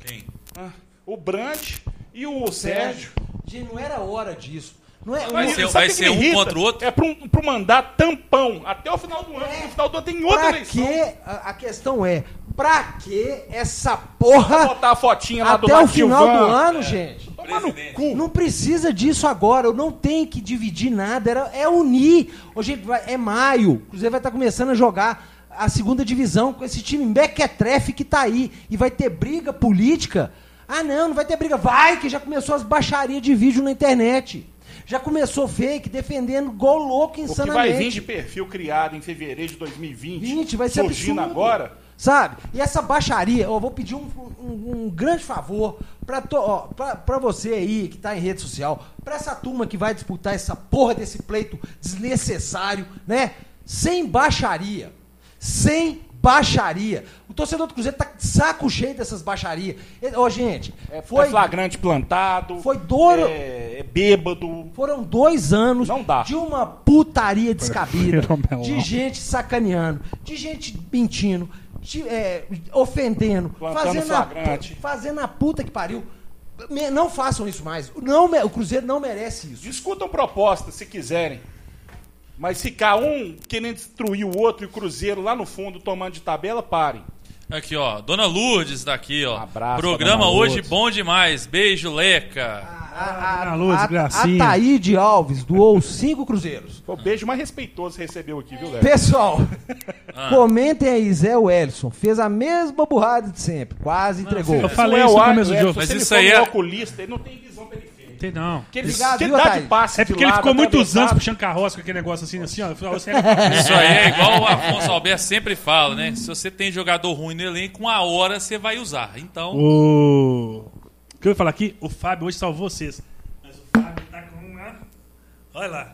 Quem?
Ah, O Brant e o Sérgio.
Sérgio. Gente, não era hora disso. Não é,
Vai
não-
ser-
sabe
vai
o que
ser
me
um
irrita?
contra o outro?
É para um, pra um mandato tampão. Até o final do ano. No final do ano tem é outra
É. pra
eleição.
que? A, a questão é, pra que essa
Vou
porra
Botar a fotinha lá do
até o
Matilvan.
final do ano, gente?
Toma no
Presidente.
cu.
Não precisa disso agora. Eu não tenho que dividir nada. Era, é unir. Hoje é maio. O Cruzeiro vai estar começando a jogar a segunda divisão com esse time mequetrefe que tá aí. E vai ter briga política. Ah, não, não vai ter briga. Vai, que já começou as baixarias de vídeo na internet. Já começou fake, defendendo gol louco
O que vai
insanamente.
vir de perfil criado em fevereiro de 2020,
20, vai ser
surgindo
absurdo.
agora,
Sabe? E essa baixaria, eu vou pedir um, um- um grande favor pra, to- ó, pra, pra você aí que tá em rede social, pra essa turma que vai disputar essa porra desse pleito desnecessário, né? Sem baixaria. Sem baixaria. O torcedor do Cruzeiro tá de saco cheio dessas baixarias. Ele- Ô, gente,
Foi
foi,
é flagrante plantado.
Foi duro.
É, é bêbado.
foram dois anos
Não dá.
de uma putaria descabida,
Fenomenal.
de gente sacaneando, de gente mentindo, de, é, ofendendo,
Plantando
fazendo a,
flagrante.
pu- fazendo a puta que pariu. Me- não façam isso mais. Não, me- o Cruzeiro não merece isso.
Discutam propostas se quiserem. Mas ficar um querendo destruir o outro e o Cruzeiro lá no fundo tomando de tabela, parem.
Aqui, ó. Dona Lourdes daqui, ó.
Abraço,
Programa
dona
hoje
Lourdes.
bom demais. Beijo, Leca.
A,
na luz,
a,
gracinha.
a Taíde Alves doou cinco Cruzeiros.
Ah.
Foi o beijo mais respeitoso que recebeu aqui, viu, Léo?
Pessoal, comentem aí, Zé Wellison. Fez a mesma burrada de sempre. Quase entregou.
Eu falei
Léo
isso no
Ar-
começo do
Léo,
jogo.
se
Mas
ele
isso
for
aí
um
é-
oculista, ele não tem visão periférica.
Tem não.
Que ele,
Obrigado,
que ele
viu,
dá de
Thaís?
passe
É porque
de
ele
lado,
ficou muitos anos
atravessado.
puxando carroça com aquele negócio assim, assim, ó. Você
Isso aí é igual o Afonso Alberto sempre fala, né? Se você tem jogador ruim no elenco, uma hora você vai usar. Então,
O. O que eu ia falar aqui? O Fábio hoje salvou vocês. Mas o Fábio tá com uma. Olha lá.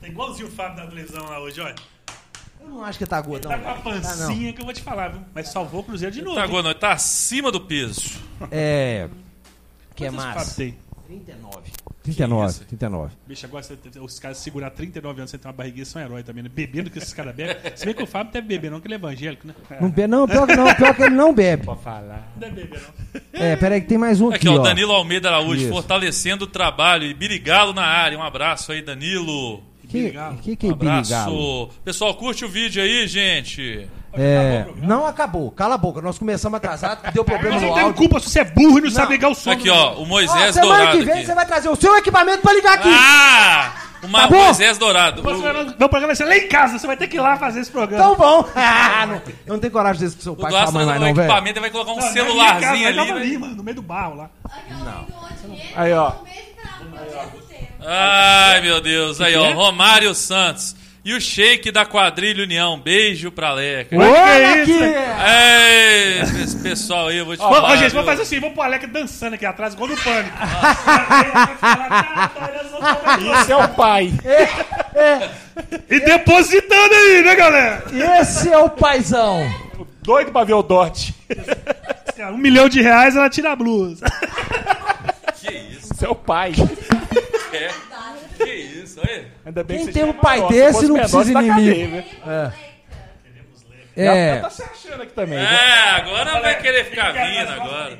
Tá igualzinho o Fábio da televisão lá hoje, olha.
Eu não acho que tá gordo,
Tá
não.
com a
velho. Tá, não.
pancinha que eu vou te falar, viu? Mas salvou o Cruzeiro de novo.
Tá,
hein?
Gonoi, tá acima do peso.
É. que é
Quantas Fábio
massa?
tem?
39.
39, 39.
Bicho, agora você- os caras segurar 39 anos sem ter uma barriguinha são herói também, né? Bebendo que esses caras bebem. Se bem que o Fábio deve beber, não, que ele é evangélico, né?
Não, be- não, pior que não, pior que ele não bebe.
Não deve beber, não.
É, peraí que tem mais um aqui,
Aqui, ó,
ó.
Danilo Almeida Araújo,
Isso.
fortalecendo o trabalho. E Birigalo na área. Um abraço aí, Danilo.
Que, que que é
Um
Birigalo?
abraço. Pessoal, curte o vídeo aí, gente.
É,
Não acabou. Cala a boca. Nós começamos atrasado, deu problema
Mas
no
não
um
tem
áudio.
culpa se você é burro e não, sabe ligar o som. né?
Aqui, ó, o
Ó,
Moisés
semana
Dourado.
que vem
aqui.
você vai trazer o seu equipamento pra ligar aqui.
Ah! O Ma-
Tá bom?
Moisés Dourado.
Você vai no- Meu programa vai ser lá em casa, você vai ter que ir lá fazer esse
Tá
programa.
um
Então vão. Ah, não, eu não tenho coragem desse com seu
O
pai e sua
Dourado
mãe mais
no
não, velho.
equipamento ele vai colocar um
Não, vai lá em
celularzinho
Tá, casa, vai
ali.
lá
né?
ali, mano, no meio do barro lá.
um
Aí, ó.
Ai, meu Deus. Aí,
que
ó,
é?
Romário Santos. E o shake da quadrilha União. Beijo pra Leca.
Olha
Que
aqui.
isso,
Ei, esse pessoal aí, eu vou te
Ô,
falar.
ô, gente, vamos
viu?
fazer assim, vamos pôr a Alec dançando aqui atrás, igual no pânico. Aí vai falar, "Caralho, eu sou maravilhoso."
Esse é o pai.
e depositando aí, né, galera?
Esse é o paizão.
Doido pra ver o Dot.
Assim, ó, Um milhão de reais, ela tira a blusa.
Que isso,
Esse é o pai.
que isso, aí.
Ainda bem
Quem
que você
tem
já
um
é
pai
maior.
desse
Se fosse
não
menor,
precisa
você tá
inimigo.
cadeia, viu? Ela
É.
tá se achando aqui também. viu?
É, agora vai querer ficar vindo agora.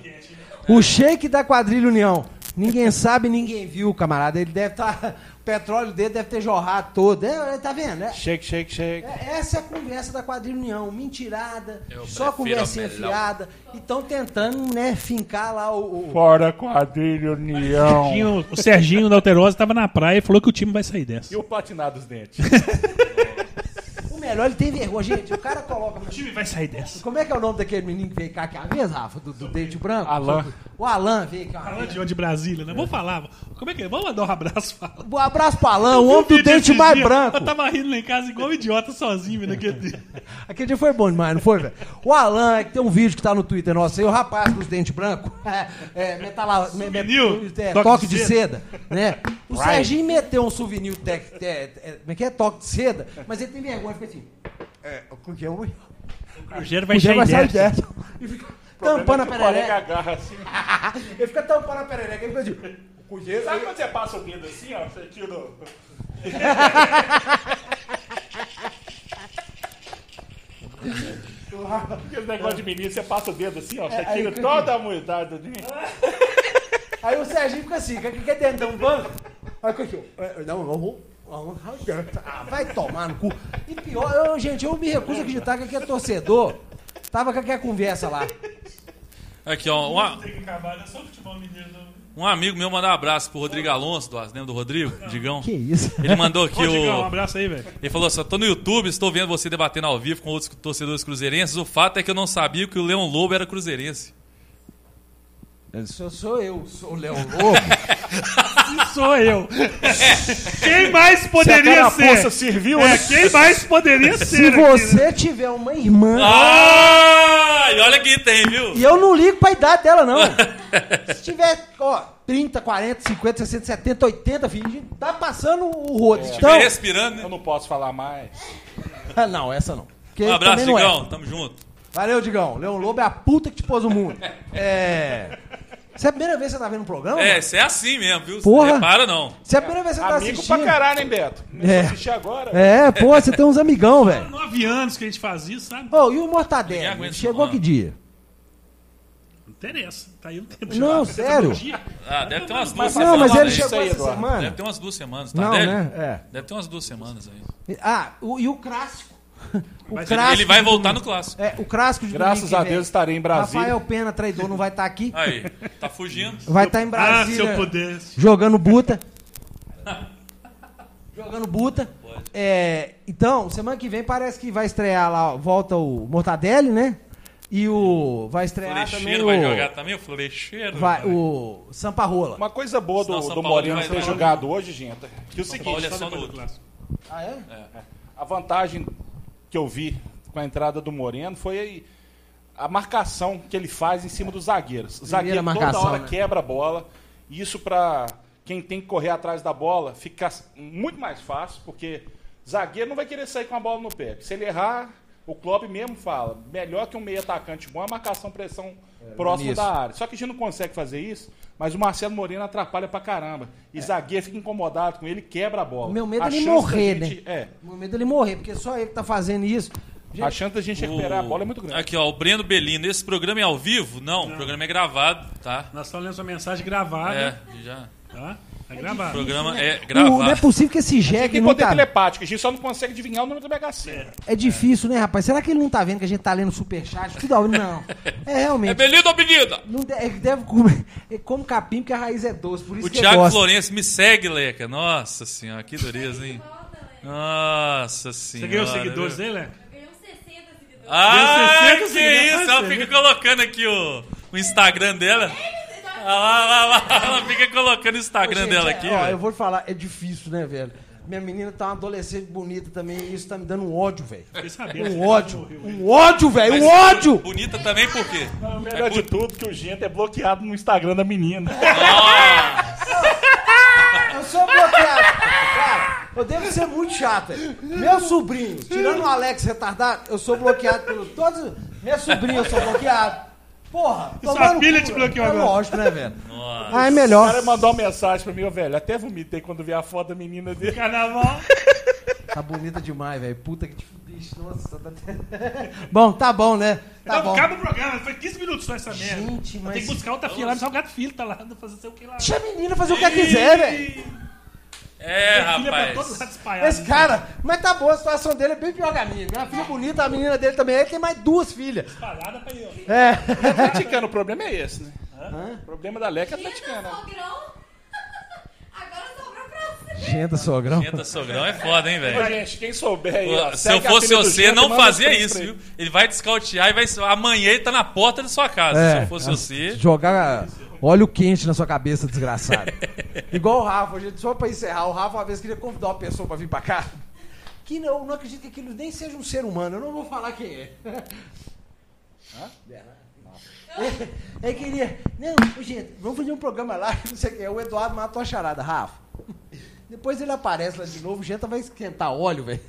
O shake da quadrilha União. Ninguém sabe, ninguém viu, camarada. Ele deve estar. O petróleo dele deve ter jorrado todo. É, tá vendo? É-
Shake, shake, shake.
é- essa é a conversa da quadrilha União. Mentirada,
Eu
só
prefiro
conversinha
melão.
fiada. E estão tentando, né, fincar lá o. o-
Fora quadrilha, união.
um-
Serginho- o Serginho da Alterosa tava na praia e falou que o time vai sair dessa.
E o platinar dos dentes.
O melhor, ele tem vergonha, gente. O cara coloca.
O time vai sair dessa.
Como é que é o nome daquele menino que veio cá aqui a vez, Rafa? Do, do dente branco?
Alan.
O Alan veio aqui. Ó.
Falando de onde? De Brasília, né? Vamos falar. Como é que é? Vamos mandar um abraço. Fala.
Um abraço pro Alan, o homem do
Vídeo
dente
esses
mais
dias,
branco.
Eu tava rindo lá em casa igual um idiota sozinho naquele dia.
Aquele dia foi bom demais, não foi, velho? O Alan, é que tem um vídeo que tá no Twitter nosso aí, o rapaz dos dentes brancos, é, é, metala, me- me-
Souvenir,
é,
toque
toque
de
de seda, né? O Serginho meteu um souvenir, tec, te- é, como é que é? Toque de seda, mas ele tem vergonha, fica assim, é, o que é o...
O Rogério
O
vai
Diego vai
sair
sair
dessa.
dessa. E fica tampando a
é Colega
perereca.
agarra assim.
Ele fica tampando a perereca, ele fica assim... o cozinheiro-
Sabe quando você passa o dedo assim, ó? Você tira o... Aquele negócio de menino, você passa o dedo assim, ó. Você
É, aí
tira
fica
toda a moedade do dente.
Aí o Serginho fica assim, quer, quer dentro de um banco? Aí fica assim, "É, não, eu vou... eu vou- Ah, vai tomar no cu. E pior, eu, gente, eu me recuso a acreditar que aquele torcedor tava com aquela conversa lá.
Aqui, ó, um,
Tem que acabar, não é só futebol mineiro, não.
um amigo meu mandou um abraço pro Rodrigo Alonso, do, lembra do Rodrigo? Digão.
Que isso?
Ele mandou aqui
Ô, Digão, um
o.
abraço aí, velho.
Ele falou assim: tô no YouTube, estou vendo você debatendo ao vivo com outros torcedores cruzeirenses. O fato é que eu não sabia que o Leão Lobo era cruzeirense.
Sou, sou eu, sou o Leão Lobo.
Sou eu. Quem mais
Se
poderia
a carapuça
ser?
serviu,
É,
né?
quem mais poderia ser?
Se
aqui, né?
você tiver uma irmã.
Ah! E olha que tem, viu?
E eu não ligo pra idade dela, não. Se tiver, ó, 30, 40, 50, 60, 70, 80, filho, tá passando o rodo.
Vem
Então.
respirando,
Eu
né?
não posso falar mais.
Ah, Não, essa não. Porque
Um abraço,
também não é.
Digão. Tamo junto.
Valeu, Digão. Leão Lobo é a puta que te pôs no mundo. É. Se é a primeira vez que você tá vendo o programa?
É,
mano?
isso é assim mesmo, viu?
Porra.
Não repara, não.
Se é a primeira vez que você tá
Amigo
assistindo.
pra caralho, hein, Beto? Começou
É.
a assistir agora.
É, pô, você tem uns amigão, velho.
Nove anos que a gente faz isso, sabe?
Ô, e o
Ninguém
Mortadelo?
aguenta
Chegou
não.
que dia?
Não interessa. Tá aí o tempo.
Não,
Tá
sério.
todo dia.
Ah, deve ter umas duas
Mas
Não,
semanas.
mas ele
falando
aí.
disso
chegou
aí,
essa
Eduardo.
semana.
Deve ter umas duas semanas, tá?
Não,
deve,
né?
deve ter umas duas semanas aí.
É. Ah, o- e o clássico. O
Mas
clássico
Ele vai
de
voltar no
domingo.
clássico.
É, o clássico de
Graças
domingo que
a
vem.
Deus estarei em Brasília.
Rafael Pena, traidor, não vai estar aqui.
Aí, tá fugindo.
Vai estar em
Ah, se
Brasília.
eu pudesse.
Jogando buta. Jogando buta. É, então, semana que vem parece que vai estrear lá, ó, volta o Mortadelli, né? E o. Vai
O
estrear também
Flecheiro
o.
vai jogar né? também, o Flecheiro.
vai, o Samparola.
Uma coisa boa
Senão
do,
São
do
Paulo
Moreno
vai-
ser jogado hoje, gente, que é o seguinte,
Paulo é só no outro.
Ah, é?
a vantagem que eu vi com a entrada do Moreno foi aí a marcação que ele faz em cima dos zagueiros. O zagueiro
marcação,
toda hora
né?
quebra a bola. Isso pra quem tem que correr atrás da bola fica muito mais fácil, porque Zagueiro não vai querer sair com a bola no pé. Se ele errar, o Klopp mesmo fala, melhor que um meio atacante bom é a marcação pressão próximo
isso.
da área. Só que a gente não consegue fazer isso, mas o Marcelo Moreno atrapalha pra caramba. E zagueiro fica incomodado com ele, quebra a bola.
É. O meu medo
A
é ele
chance da
morrer,
gente-
né?
É.
O meu medo é ele morrer, porque só ele que tá fazendo isso. Gente,
A chance da gente recuperar a bola é muito grande.
Aqui, ó, o Breno Belino. Esse programa é ao vivo? Não, o programa é gravado, tá?
Nós estamos lendo sua mensagem gravada,
É, já.
tá? É
O
gravada.
programa é
o- Ah, né? não é
gravado.
possível que esse jegue
Tem
não
poder
tá...
telepático, a gente só não consegue adivinhar o número do BHC.
É difícil, né, rapaz? Será que ele não tá vendo que a gente tá lendo superchat? Tudo ao... Não. É
É
realmente...
beleza ou menina?
Não de- ele deve comer... Ele come capim porque a raiz é doce, por isso
O
que eu
Thiago
gosto.
Florencio me segue, Leca. Nossa senhora, que dureza, hein? Nossa
Você
senhora.
ganhou os seguidores
viu?
dele, é?
Ganhei uns 60 seguidores.
Ah,
Ganhou 60
que
seguidores,
isso! Ela
você
fica
vê.
colocando aqui o, o Instagram dela. Ah, lá, lá, lá, ela fica colocando o Instagram
Gente,
dela
é,
aqui.
ó,
velho.
eu vou falar, é difícil, né, velho? Minha menina tá uma adolescente bonita também e isso tá me dando um ódio, velho.
Fiquei sabendo.
Um ódio. Um ódio, velho. Um ódio!
Bonita também por quê?
O melhor de tudo que o Gento é bloqueado no Instagram da menina.
Eu sou bloqueado. Cara, eu devo ser muito chato, velho. Meus sobrinhos, tirando o Alex retardado, eu sou bloqueado pelo todos. Minha sobrinha, eu sou bloqueado. Porra,
E sua
tomar no
filha
cu,
te
velho.
bloqueou
é
agora.
Lógico, né, velho?
Nossa.
Ah, é
O
melhor.
cara mandou uma mensagem pra mim, ô, velho. Até vomitei quando vi a foto da menina dele.
Carnaval.
Tá bonita demais, velho. Puta que te bicho, nossa. Tá... bom, tá bom, né? Tá
Não,
bom.
acaba o programa. Foi 15 minutos só essa merda.
Gente,
Eu
mas-
tenho que buscar outra filha lá, mas o gato filho tá lá, fazer sei o que lá.
Deixa a menina fazer o que ela quiser, velho.
É,
Filha pra todos
rapaz.
lados espalhada.
Esse cara, mas tá boa, a situação dele é bem pior que a minha. Minha filha é bonita, a menina dele também. Ele tem mais duas filhas.
Espalhada pra ele.
É.
Atleticano, o problema é esse, né? O problema da Leca é né?
Linda,
atleticana.
sogrão. Agora sobrou pra você.
Gente, sogrão.
Tenta sogrão é foda, hein,
Ô,
velho?
gente, quem souber aí, ó,
Ô, Se
segue
eu
a
fosse
filha do
você,
Gento e
não
manda os
fazia
prints
isso,
pra ele.
viu? Ele vai te escautear e vai. Amanhã ele tá na porta da sua casa.
É.
Se eu fosse você.
Jogar óleo quente na sua cabeça, desgraçado. Igual o Rafa, gente, só pra encerrar. O Rafa uma vez queria convidar uma pessoa pra vir pra cá. Que não, eu não acredito que aquilo nem seja um ser humano. Eu não vou falar quem é. É, é queria. Não, ô, gente, vamos fazer um programa lá, não sei o que. O Eduardo matou a charada, Rafa. Depois ele aparece lá de novo, o Jenta vai esquentar óleo, velho.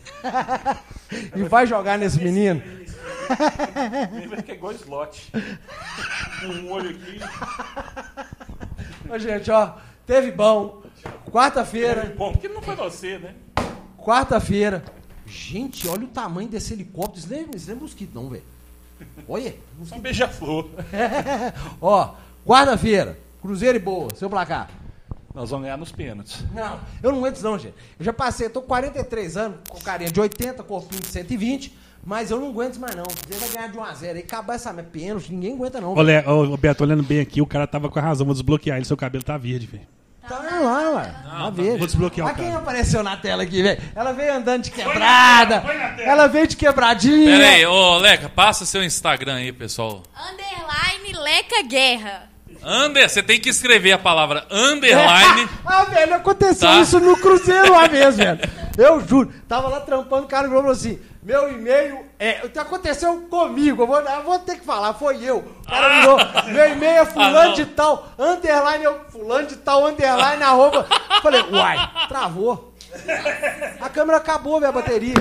E vai jogar nesse menino.
Lembra que é igual slot. Com um olho aqui.
Ô, gente, ó, teve bom.
é
Quarta-feira,
Bom, porque não foi você, né?
quarta-feira. Gente, olha o tamanho desse helicóptero. Isso não é, isso não é mosquito, não, velho. Olha.
Só um beija-flor.
ó, quarta-feira, Cruzeiro e Boa, seu placar.
Nós vamos ganhar nos pênaltis.
Não, eu não aguento isso não, gente. Eu já passei, eu tô com 43 anos, com carinha de 80, corpinho de 120, mas eu não aguento isso mais não. Você vai ganhar de 1 a 0 aí acabar essa merda, pênalti, ninguém aguenta não. velho.
Olha, ô, ô, Beto, olhando bem aqui, o cara tava com a razão. Vou desbloquear ele, seu cabelo tá verde, velho.
Tá lá, ué. Tá ver.
Vou desbloquear
Olha
o
quem
cara.
apareceu na tela aqui, velho. Ela veio andando de quebrada.
Foi na tela.
Ela veio de
É.
quebradinha.
Pera aí, ô Leca, passa seu Instagram aí, pessoal.
Underline Leca Guerra.
Under, você tem que escrever a palavra underline.
ah, velho, aconteceu
Tá.
isso no Cruzeiro lá mesmo, velho. Eu juro. Tava lá trampando, o cara me falou assim: meu e-mail é. Aconteceu comigo, eu vou, eu vou ter que falar, foi eu. O cara me falou: meu e-mail é fulano
Ah, não.
de tal, underline, eu, fulano de tal, underline, arroba. Falei, uai, travou. A câmera acabou, minha bateria.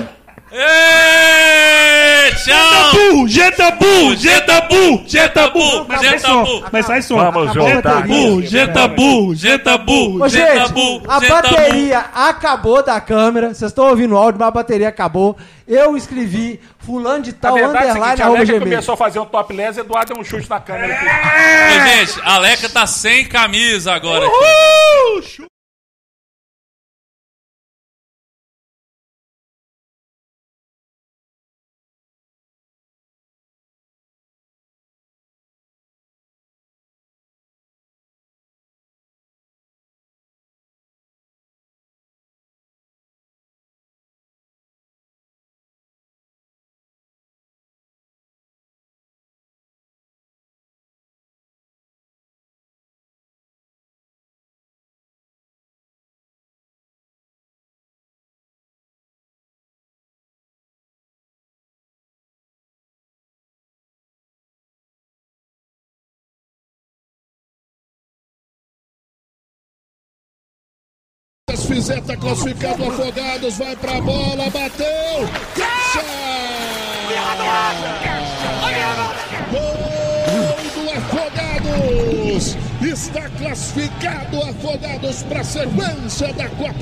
É.
Ê, tchau!
é
Jetabu! Jetabu! Jetabu!
Jetabu!
Mas sai som,
Jetabu!
mas sai som.
Acabou a bateria.
Jetabu! Jetabu! Jetabu!
Ô, gente,
Jetabu,
a
Jetabu.
bateria acabou da câmera. Vocês estão ouvindo o áudio, mas a bateria acabou. Eu escrevi fulano de
A
tal,
verdade é a seguinte,
underline,
a
arroba
Leca
gmail.
começou a fazer um top les, Eduardo deu um chute na câmera aqui.
Ô, gente, a Leca tá sem camisa agora aqui.
Fizer tá classificado, Afogados vai pra bola, bateu! Caixa! Gol do Afogados! Está classificado Afogados pra sequência da Copa.